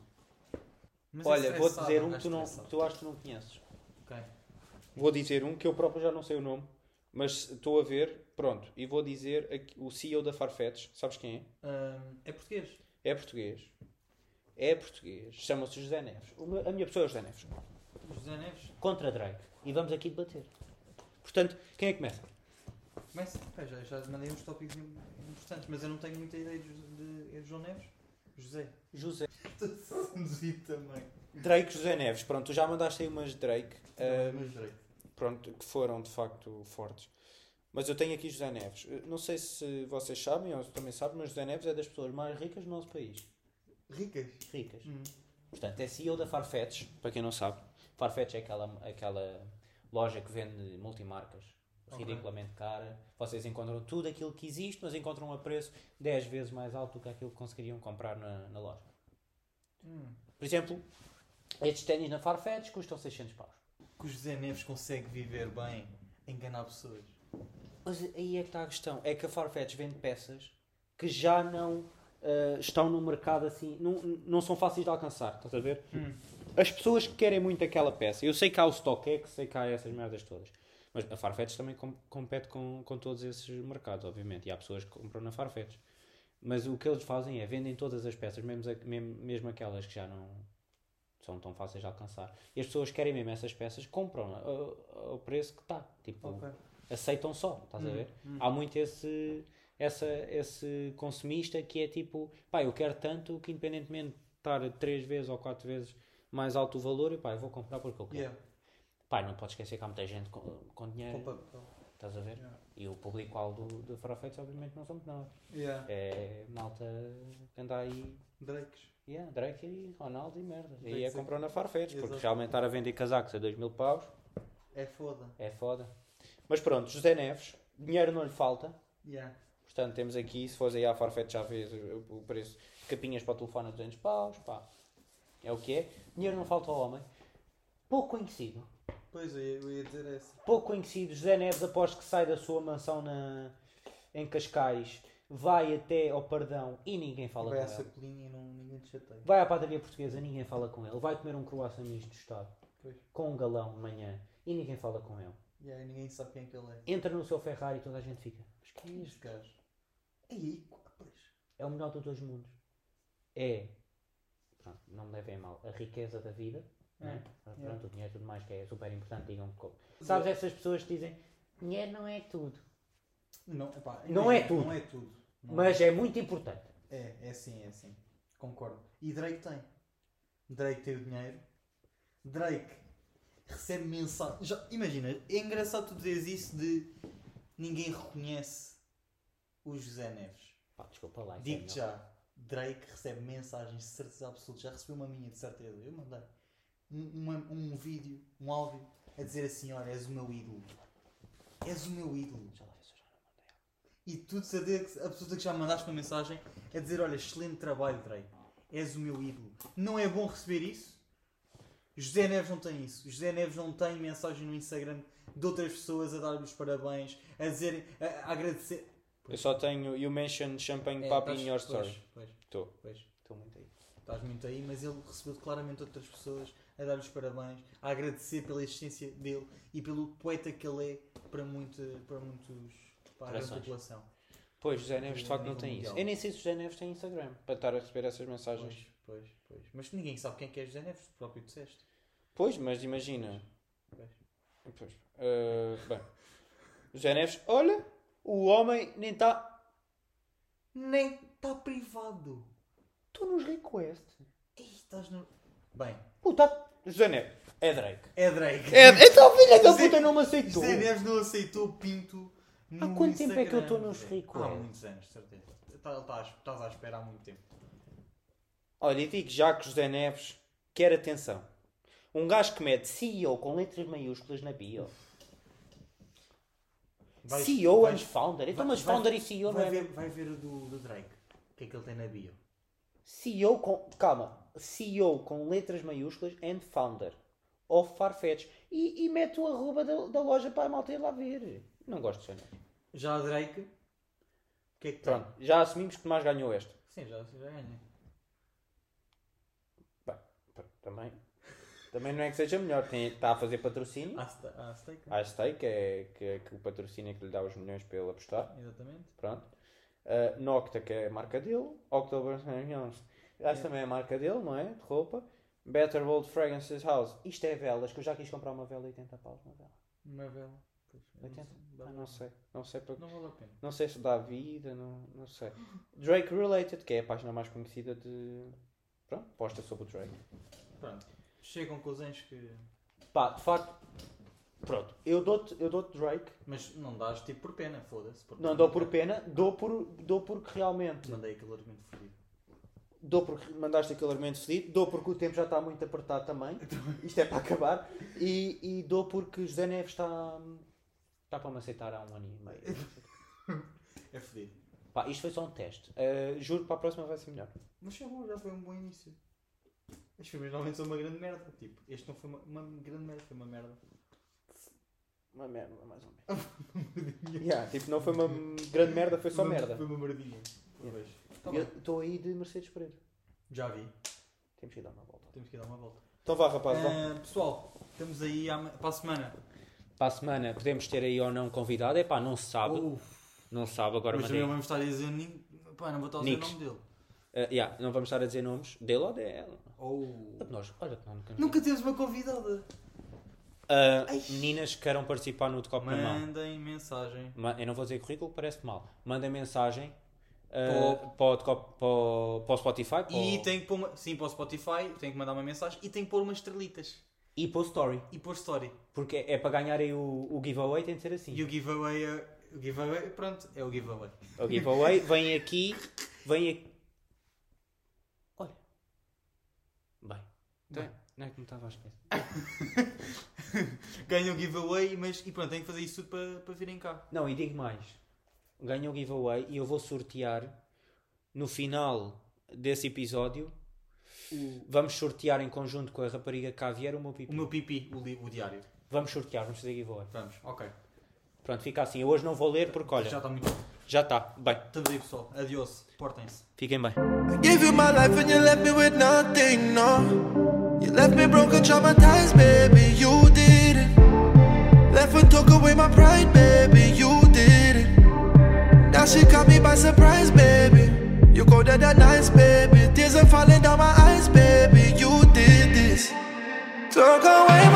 Speaker 1: Mas é
Speaker 2: Olha, vou
Speaker 1: estressado,
Speaker 2: dizer um
Speaker 1: é
Speaker 2: que tu, não,
Speaker 1: estressado.
Speaker 2: que tu acho que não conheces.
Speaker 1: Ok.
Speaker 2: Vou dizer um que eu próprio já não sei o nome, mas estou a ver, pronto. E vou dizer aqui- o CEO da Farfetch, sabes quem é?
Speaker 1: Ahm, é português.
Speaker 2: É português. É português. Chama-se José Neves. O meu- A minha pessoa é José Neves.
Speaker 1: José Neves.
Speaker 2: Contra Drake. E vamos aqui debater. Portanto, quem é que começa?
Speaker 1: Começa. Pá, já, já mandei uns tópicos im- importantes, mas eu não tenho muita ideia de, José- de, é João Neves. José.
Speaker 2: José.
Speaker 1: Estou seduzido também.
Speaker 2: Drake José Neves. Pronto, tu já mandaste aí umas de Drake.
Speaker 1: Não,
Speaker 2: hum,
Speaker 1: mas Drake.
Speaker 2: pronto, que foram de facto fortes. Mas eu tenho aqui José Neves. Eu Não sei se vocês sabem ou se também sabem, mas José Neves é das pessoas mais ricas do nosso país.
Speaker 1: Ricas.
Speaker 2: Ricas.
Speaker 1: Hum.
Speaker 2: Portanto, é CEO da Farfetch, para quem não sabe. Farfetch é aquela, aquela loja que vende multimarcas,
Speaker 1: Ok.
Speaker 2: ridiculamente cara. Vocês encontram tudo aquilo que existe, mas encontram a preço 10 vezes mais alto do que aquilo que conseguiriam comprar na, na loja.
Speaker 1: Hum.
Speaker 2: Por exemplo, Estes ténis na Farfetch custam 600 paus.
Speaker 1: Que o José Neves consegue viver bem, enganar pessoas.
Speaker 2: Mas aí é que está a questão. É que a Farfetch vende peças que já não ah, estão no mercado assim. Não, não são fáceis de alcançar, estás a ver? As pessoas que querem muito aquela peça. Eu sei que há o StockX, sei que há essas merdas todas. Mas a Farfetch também com- compete com, com todos esses mercados, obviamente. E há pessoas que compram na Farfetch. Mas o que eles fazem é vendem todas as peças, mesmo, a- mesmo, mesmo aquelas que já não são tão fáceis de alcançar. E as pessoas querem mesmo essas peças, compram eh, ao, ao preço que está. Tipo,
Speaker 1: Ok.
Speaker 2: aceitam só, estás a
Speaker 1: Hum,
Speaker 2: ver? Há muito esse, essa, esse consumista que é tipo, pá, eu quero tanto que independentemente de estar três vezes ou quatro vezes mais alto o valor, eu, pá, eu vou comprar porque eu quero.
Speaker 1: Yeah.
Speaker 2: Pá, não podes esquecer que há muita gente com, com dinheiro,
Speaker 1: Opa.
Speaker 2: estás a ver?
Speaker 1: Yeah.
Speaker 2: E o público-alvo do, do Farfetch obviamente não são menores.
Speaker 1: Yeah.
Speaker 2: É malta que anda aí,
Speaker 1: Drakes.
Speaker 2: yeah, Drake e Ronaldo e merda.
Speaker 1: Tem
Speaker 2: E
Speaker 1: que
Speaker 2: é
Speaker 1: ser.
Speaker 2: comprar na Farfetch, porque
Speaker 1: Exato.
Speaker 2: realmente estar a vender casacos a 2 mil paus
Speaker 1: É foda.
Speaker 2: é foda. Mas pronto, José Neves, dinheiro não lhe falta,
Speaker 1: Yeah.
Speaker 2: Portanto, temos aqui, se fores aí à Farfetch já vês o- o preço, capinhas para o telefone a 200 paus, pá. É o que é. Dinheiro não falta ao homem. Pouco conhecido.
Speaker 1: Pois eu ia, eu ia dizer essa.
Speaker 2: Pouco conhecido. José Neves, após que sai da sua mansão na, em Cascais, vai até ao Pardão e ninguém fala
Speaker 1: Vai
Speaker 2: com
Speaker 1: à
Speaker 2: ele.
Speaker 1: sacolinha e não, ninguém te chateia.
Speaker 2: Vai à padaria portuguesa, ninguém fala com ele. Vai comer um croissant misto de Estado,
Speaker 1: Pois.
Speaker 2: com um galão de manhã, e ninguém fala com ele.
Speaker 1: Yeah, e ninguém sabe quem é que ele é.
Speaker 2: Entra no seu Ferrari e toda a gente fica. Mas quem é
Speaker 1: Quem é
Speaker 2: este?
Speaker 1: este gajo? É Aí, pois.
Speaker 2: é o melhor dos dois mundos. É, pronto, não me levem a mal, a riqueza da vida, né? pronto,
Speaker 1: yeah.
Speaker 2: o dinheiro e tudo mais que é super importante, digam que. Sabes essas pessoas que dizem dinheiro não é tudo,
Speaker 1: Não, epá,
Speaker 2: Não é
Speaker 1: imagina,
Speaker 2: tudo.
Speaker 1: Não é tudo. Não
Speaker 2: mas é muito importante.
Speaker 1: É, é sim, é sim. Concordo. E Drake tem. Drake tem o dinheiro. Drake recebe mensagem. Já, imagina, é engraçado tu dizeres isso de ninguém reconhece o José Neves.
Speaker 2: Pá, desculpa lá, isso é
Speaker 1: Digo-te
Speaker 2: melhor.
Speaker 1: já, Drake recebe mensagens de certeza absoluta. Já recebi uma minha de certeza. Eu mandei um, uma- um vídeo, um áudio, a dizer assim: Olha, és o meu ídolo. És o meu ídolo.
Speaker 2: Já lá vi, já não mandei.
Speaker 1: E tu de certeza que- absoluta que já mandaste uma mensagem a dizer: Olha, excelente trabalho, Drake. És o meu ídolo. Não é bom receber isso? José Neves não tem isso. José Neves não tem mensagem no Instagram de outras pessoas a dar-lhe os parabéns, a dizer, a, a agradecer.
Speaker 2: Eu só tenho You Mentioned Champagne
Speaker 1: É,
Speaker 2: Pop
Speaker 1: estás-
Speaker 2: in Your
Speaker 1: pois,
Speaker 2: um Story.
Speaker 1: pois,
Speaker 2: Estou.
Speaker 1: pois.
Speaker 2: Estou muito aí.
Speaker 1: Estás muito aí, mas ele recebeu claramente outras pessoas a dar os parabéns, a agradecer pela existência dele e pelo poeta que ele é para, muito, para muitos. para a grande
Speaker 2: Corações.
Speaker 1: população.
Speaker 2: Pois, José Neves de facto não
Speaker 1: Nível
Speaker 2: tem isso.
Speaker 1: mundial.
Speaker 2: Eu nem sei se José Neves tem Instagram para estar a receber essas mensagens.
Speaker 1: Pois, pois, pois. Mas ninguém sabe quem é que é José Neves, tu próprio disseste.
Speaker 2: Pois, mas imagina.
Speaker 1: Pois.
Speaker 2: Pois. Ah, bem. José Neves, olha, o homem nem tá-" está.
Speaker 1: Nem está privado.
Speaker 2: Tu nos request.
Speaker 1: Ih, estás no. Bem,
Speaker 2: O tá. José Neves, é Drake.
Speaker 1: é Drake.
Speaker 2: É, então, filha da
Speaker 1: José-
Speaker 2: puta, não me aceitou.
Speaker 1: José Neves não aceitou Pinto.
Speaker 2: Há
Speaker 1: no
Speaker 2: quanto tempo é que eu
Speaker 1: Instagram,
Speaker 2: tô nos
Speaker 1: José?
Speaker 2: Rico,
Speaker 1: Há
Speaker 2: é?
Speaker 1: muitos anos, certeza. Tá- Estás estás à espera há muito tempo.
Speaker 2: Olha, e digo já que José Neves quer atenção. Um gajo que mete CEO com letras maiúsculas na bio.
Speaker 1: Vais-
Speaker 2: CEO
Speaker 1: vais-
Speaker 2: and founder. Então,
Speaker 1: vai-
Speaker 2: mas
Speaker 1: vai-
Speaker 2: founder e CEO não
Speaker 1: vai
Speaker 2: é.
Speaker 1: ver, vai ver o do, do Drake. O que é que ele tem na bio?
Speaker 2: CEO com. Calma. CEO com letras maiúsculas and founder. Of Farfetch. E, e mete o arroba da, da loja para a malta ir lá ver. Não gosto de José Neves.
Speaker 1: Já a Drake. O que é que
Speaker 2: Pronto, já assumimos que mais ganhou este.
Speaker 1: tem? Sim, já, já ganha.
Speaker 2: Bem, pr- também, também não é que seja melhor. Tem, está a fazer patrocínio.
Speaker 1: Há ste- há steak.
Speaker 2: A Stake, que é que, que o patrocínio é que lhe dá os milhões para ele apostar.
Speaker 1: Exatamente.
Speaker 2: Pronto. Uh, Nocta, que é a marca dele. October Millions, acho que também é a marca dele, não é? De roupa. Better World Fragrances House. Isto é velas, que eu já quis comprar uma vela e 80 paus uma vela.
Speaker 1: Uma vela. Pois, eu não
Speaker 2: 80?
Speaker 1: sei,
Speaker 2: Ah,
Speaker 1: dá-
Speaker 2: não sei. Não sei para
Speaker 1: Não vale a pena.
Speaker 2: Não sei se dá vida, não, não sei. Drake Related, que é a página mais conhecida de. Pronto, posta sobre o Drake.
Speaker 1: Pronto. Chegam com os anjos que.
Speaker 2: Pá, de facto. Pronto, eu dou-te eu dou Drake.
Speaker 1: Mas não dás tipo por pena, foda-se. porque-
Speaker 2: Não dou por pena, dou, por, dou porque realmente.
Speaker 1: Mandei aquele argumento fodido.
Speaker 2: Dou porque mandaste aquele argumento fedido, dou porque o tempo já está muito apertado também. Isto é para acabar. E, e dou porque José Neves está. Está para me aceitar há um ano e meio.
Speaker 1: É fodido.
Speaker 2: Eh, Pá, isto foi só um teste. Ah, juro que para a próxima vai ser melhor.
Speaker 1: Mas chegou, já foi um bom início. Os filmes normalmente são uma grande merda. Tipo, este não foi uma, uma grande merda, foi uma merda.
Speaker 2: Uma merda, mais ou menos. Yeah, tipo, não foi uma grande merda, foi só
Speaker 1: Uma-
Speaker 2: merda.
Speaker 1: Foi uma merdinha.
Speaker 2: Yeah.
Speaker 1: Pois. Tá
Speaker 2: Eu
Speaker 1: bem.
Speaker 2: Estou aí de Mercedes Pereira.
Speaker 1: Já vi.
Speaker 2: Temos que ir dar uma volta.
Speaker 1: Temos que ir dar uma volta.
Speaker 2: Então vá, rapaz, vá.
Speaker 1: Ah, pessoal, estamos aí à ma- para a semana.
Speaker 2: Para a semana podemos ter aí ou não convidado. É pá, não se sabe.
Speaker 1: Uf,
Speaker 2: Não se sabe agora. é-
Speaker 1: mas também
Speaker 2: mandei-
Speaker 1: não vamos estar a dizer nem. Pá, não vou estar a dizer o
Speaker 2: Nicks.
Speaker 1: nome dele.
Speaker 2: Ah, yeah, não vamos estar a dizer nomes dele ou dela.
Speaker 1: Ou.
Speaker 2: Então, Nós, olha que não, nunca-
Speaker 1: Nunca temos uma convidada.
Speaker 2: Ah, meninas que queiram participar no de copo na mão.
Speaker 1: Mandem mensagem.
Speaker 2: Ma- Eu não vou dizer currículo, parece mal. Mandem mensagem
Speaker 1: Pô.
Speaker 2: ah, para, o de copo- para o- para o Spotify para
Speaker 1: E
Speaker 2: o-
Speaker 1: tem que pôr uma... Sim, para o Spotify, tem que mandar uma mensagem e tem que pôr umas estrelitas.
Speaker 2: e para o Story.
Speaker 1: E pôr story.
Speaker 2: Porque é para ganhar aí o, o giveaway, tem de ser assim.
Speaker 1: E o giveaway é... O giveaway, pronto, é o giveaway.
Speaker 2: O giveaway vem aqui, vem aqui. Olha. Bem. Bem. Não é que me estava a esquecer.
Speaker 1: Ganha o giveaway, mas... E pronto, tem que fazer isso tudo para, para virem cá.
Speaker 2: Não, e digo mais. Ganha o giveaway e eu vou sortear no final desse episódio. Vamos sortear em conjunto com a rapariga Cavier o meu pipi.
Speaker 1: O meu pipi, o, li- o diário.
Speaker 2: Vamos sortear, vamos fazer giveaway.
Speaker 1: Vamos, ok.
Speaker 2: Pronto, fica assim. Eu hoje não vou ler porque,
Speaker 1: Já tá.
Speaker 2: olha,
Speaker 1: está muito bom.
Speaker 2: já está. Bem,
Speaker 1: Estamos aí, Tá pessoal. Adiós. Portem-se.
Speaker 2: fiquem bem.
Speaker 3: I gave you my life and you left me with nothing, no. You left me broken, traumatized, baby, you did it. Left and took away my pride, baby, you did it. Now she caught me by surprise, baby. You colder than ice, baby. Tears are falling down my eyes, baby, you did this. Took away my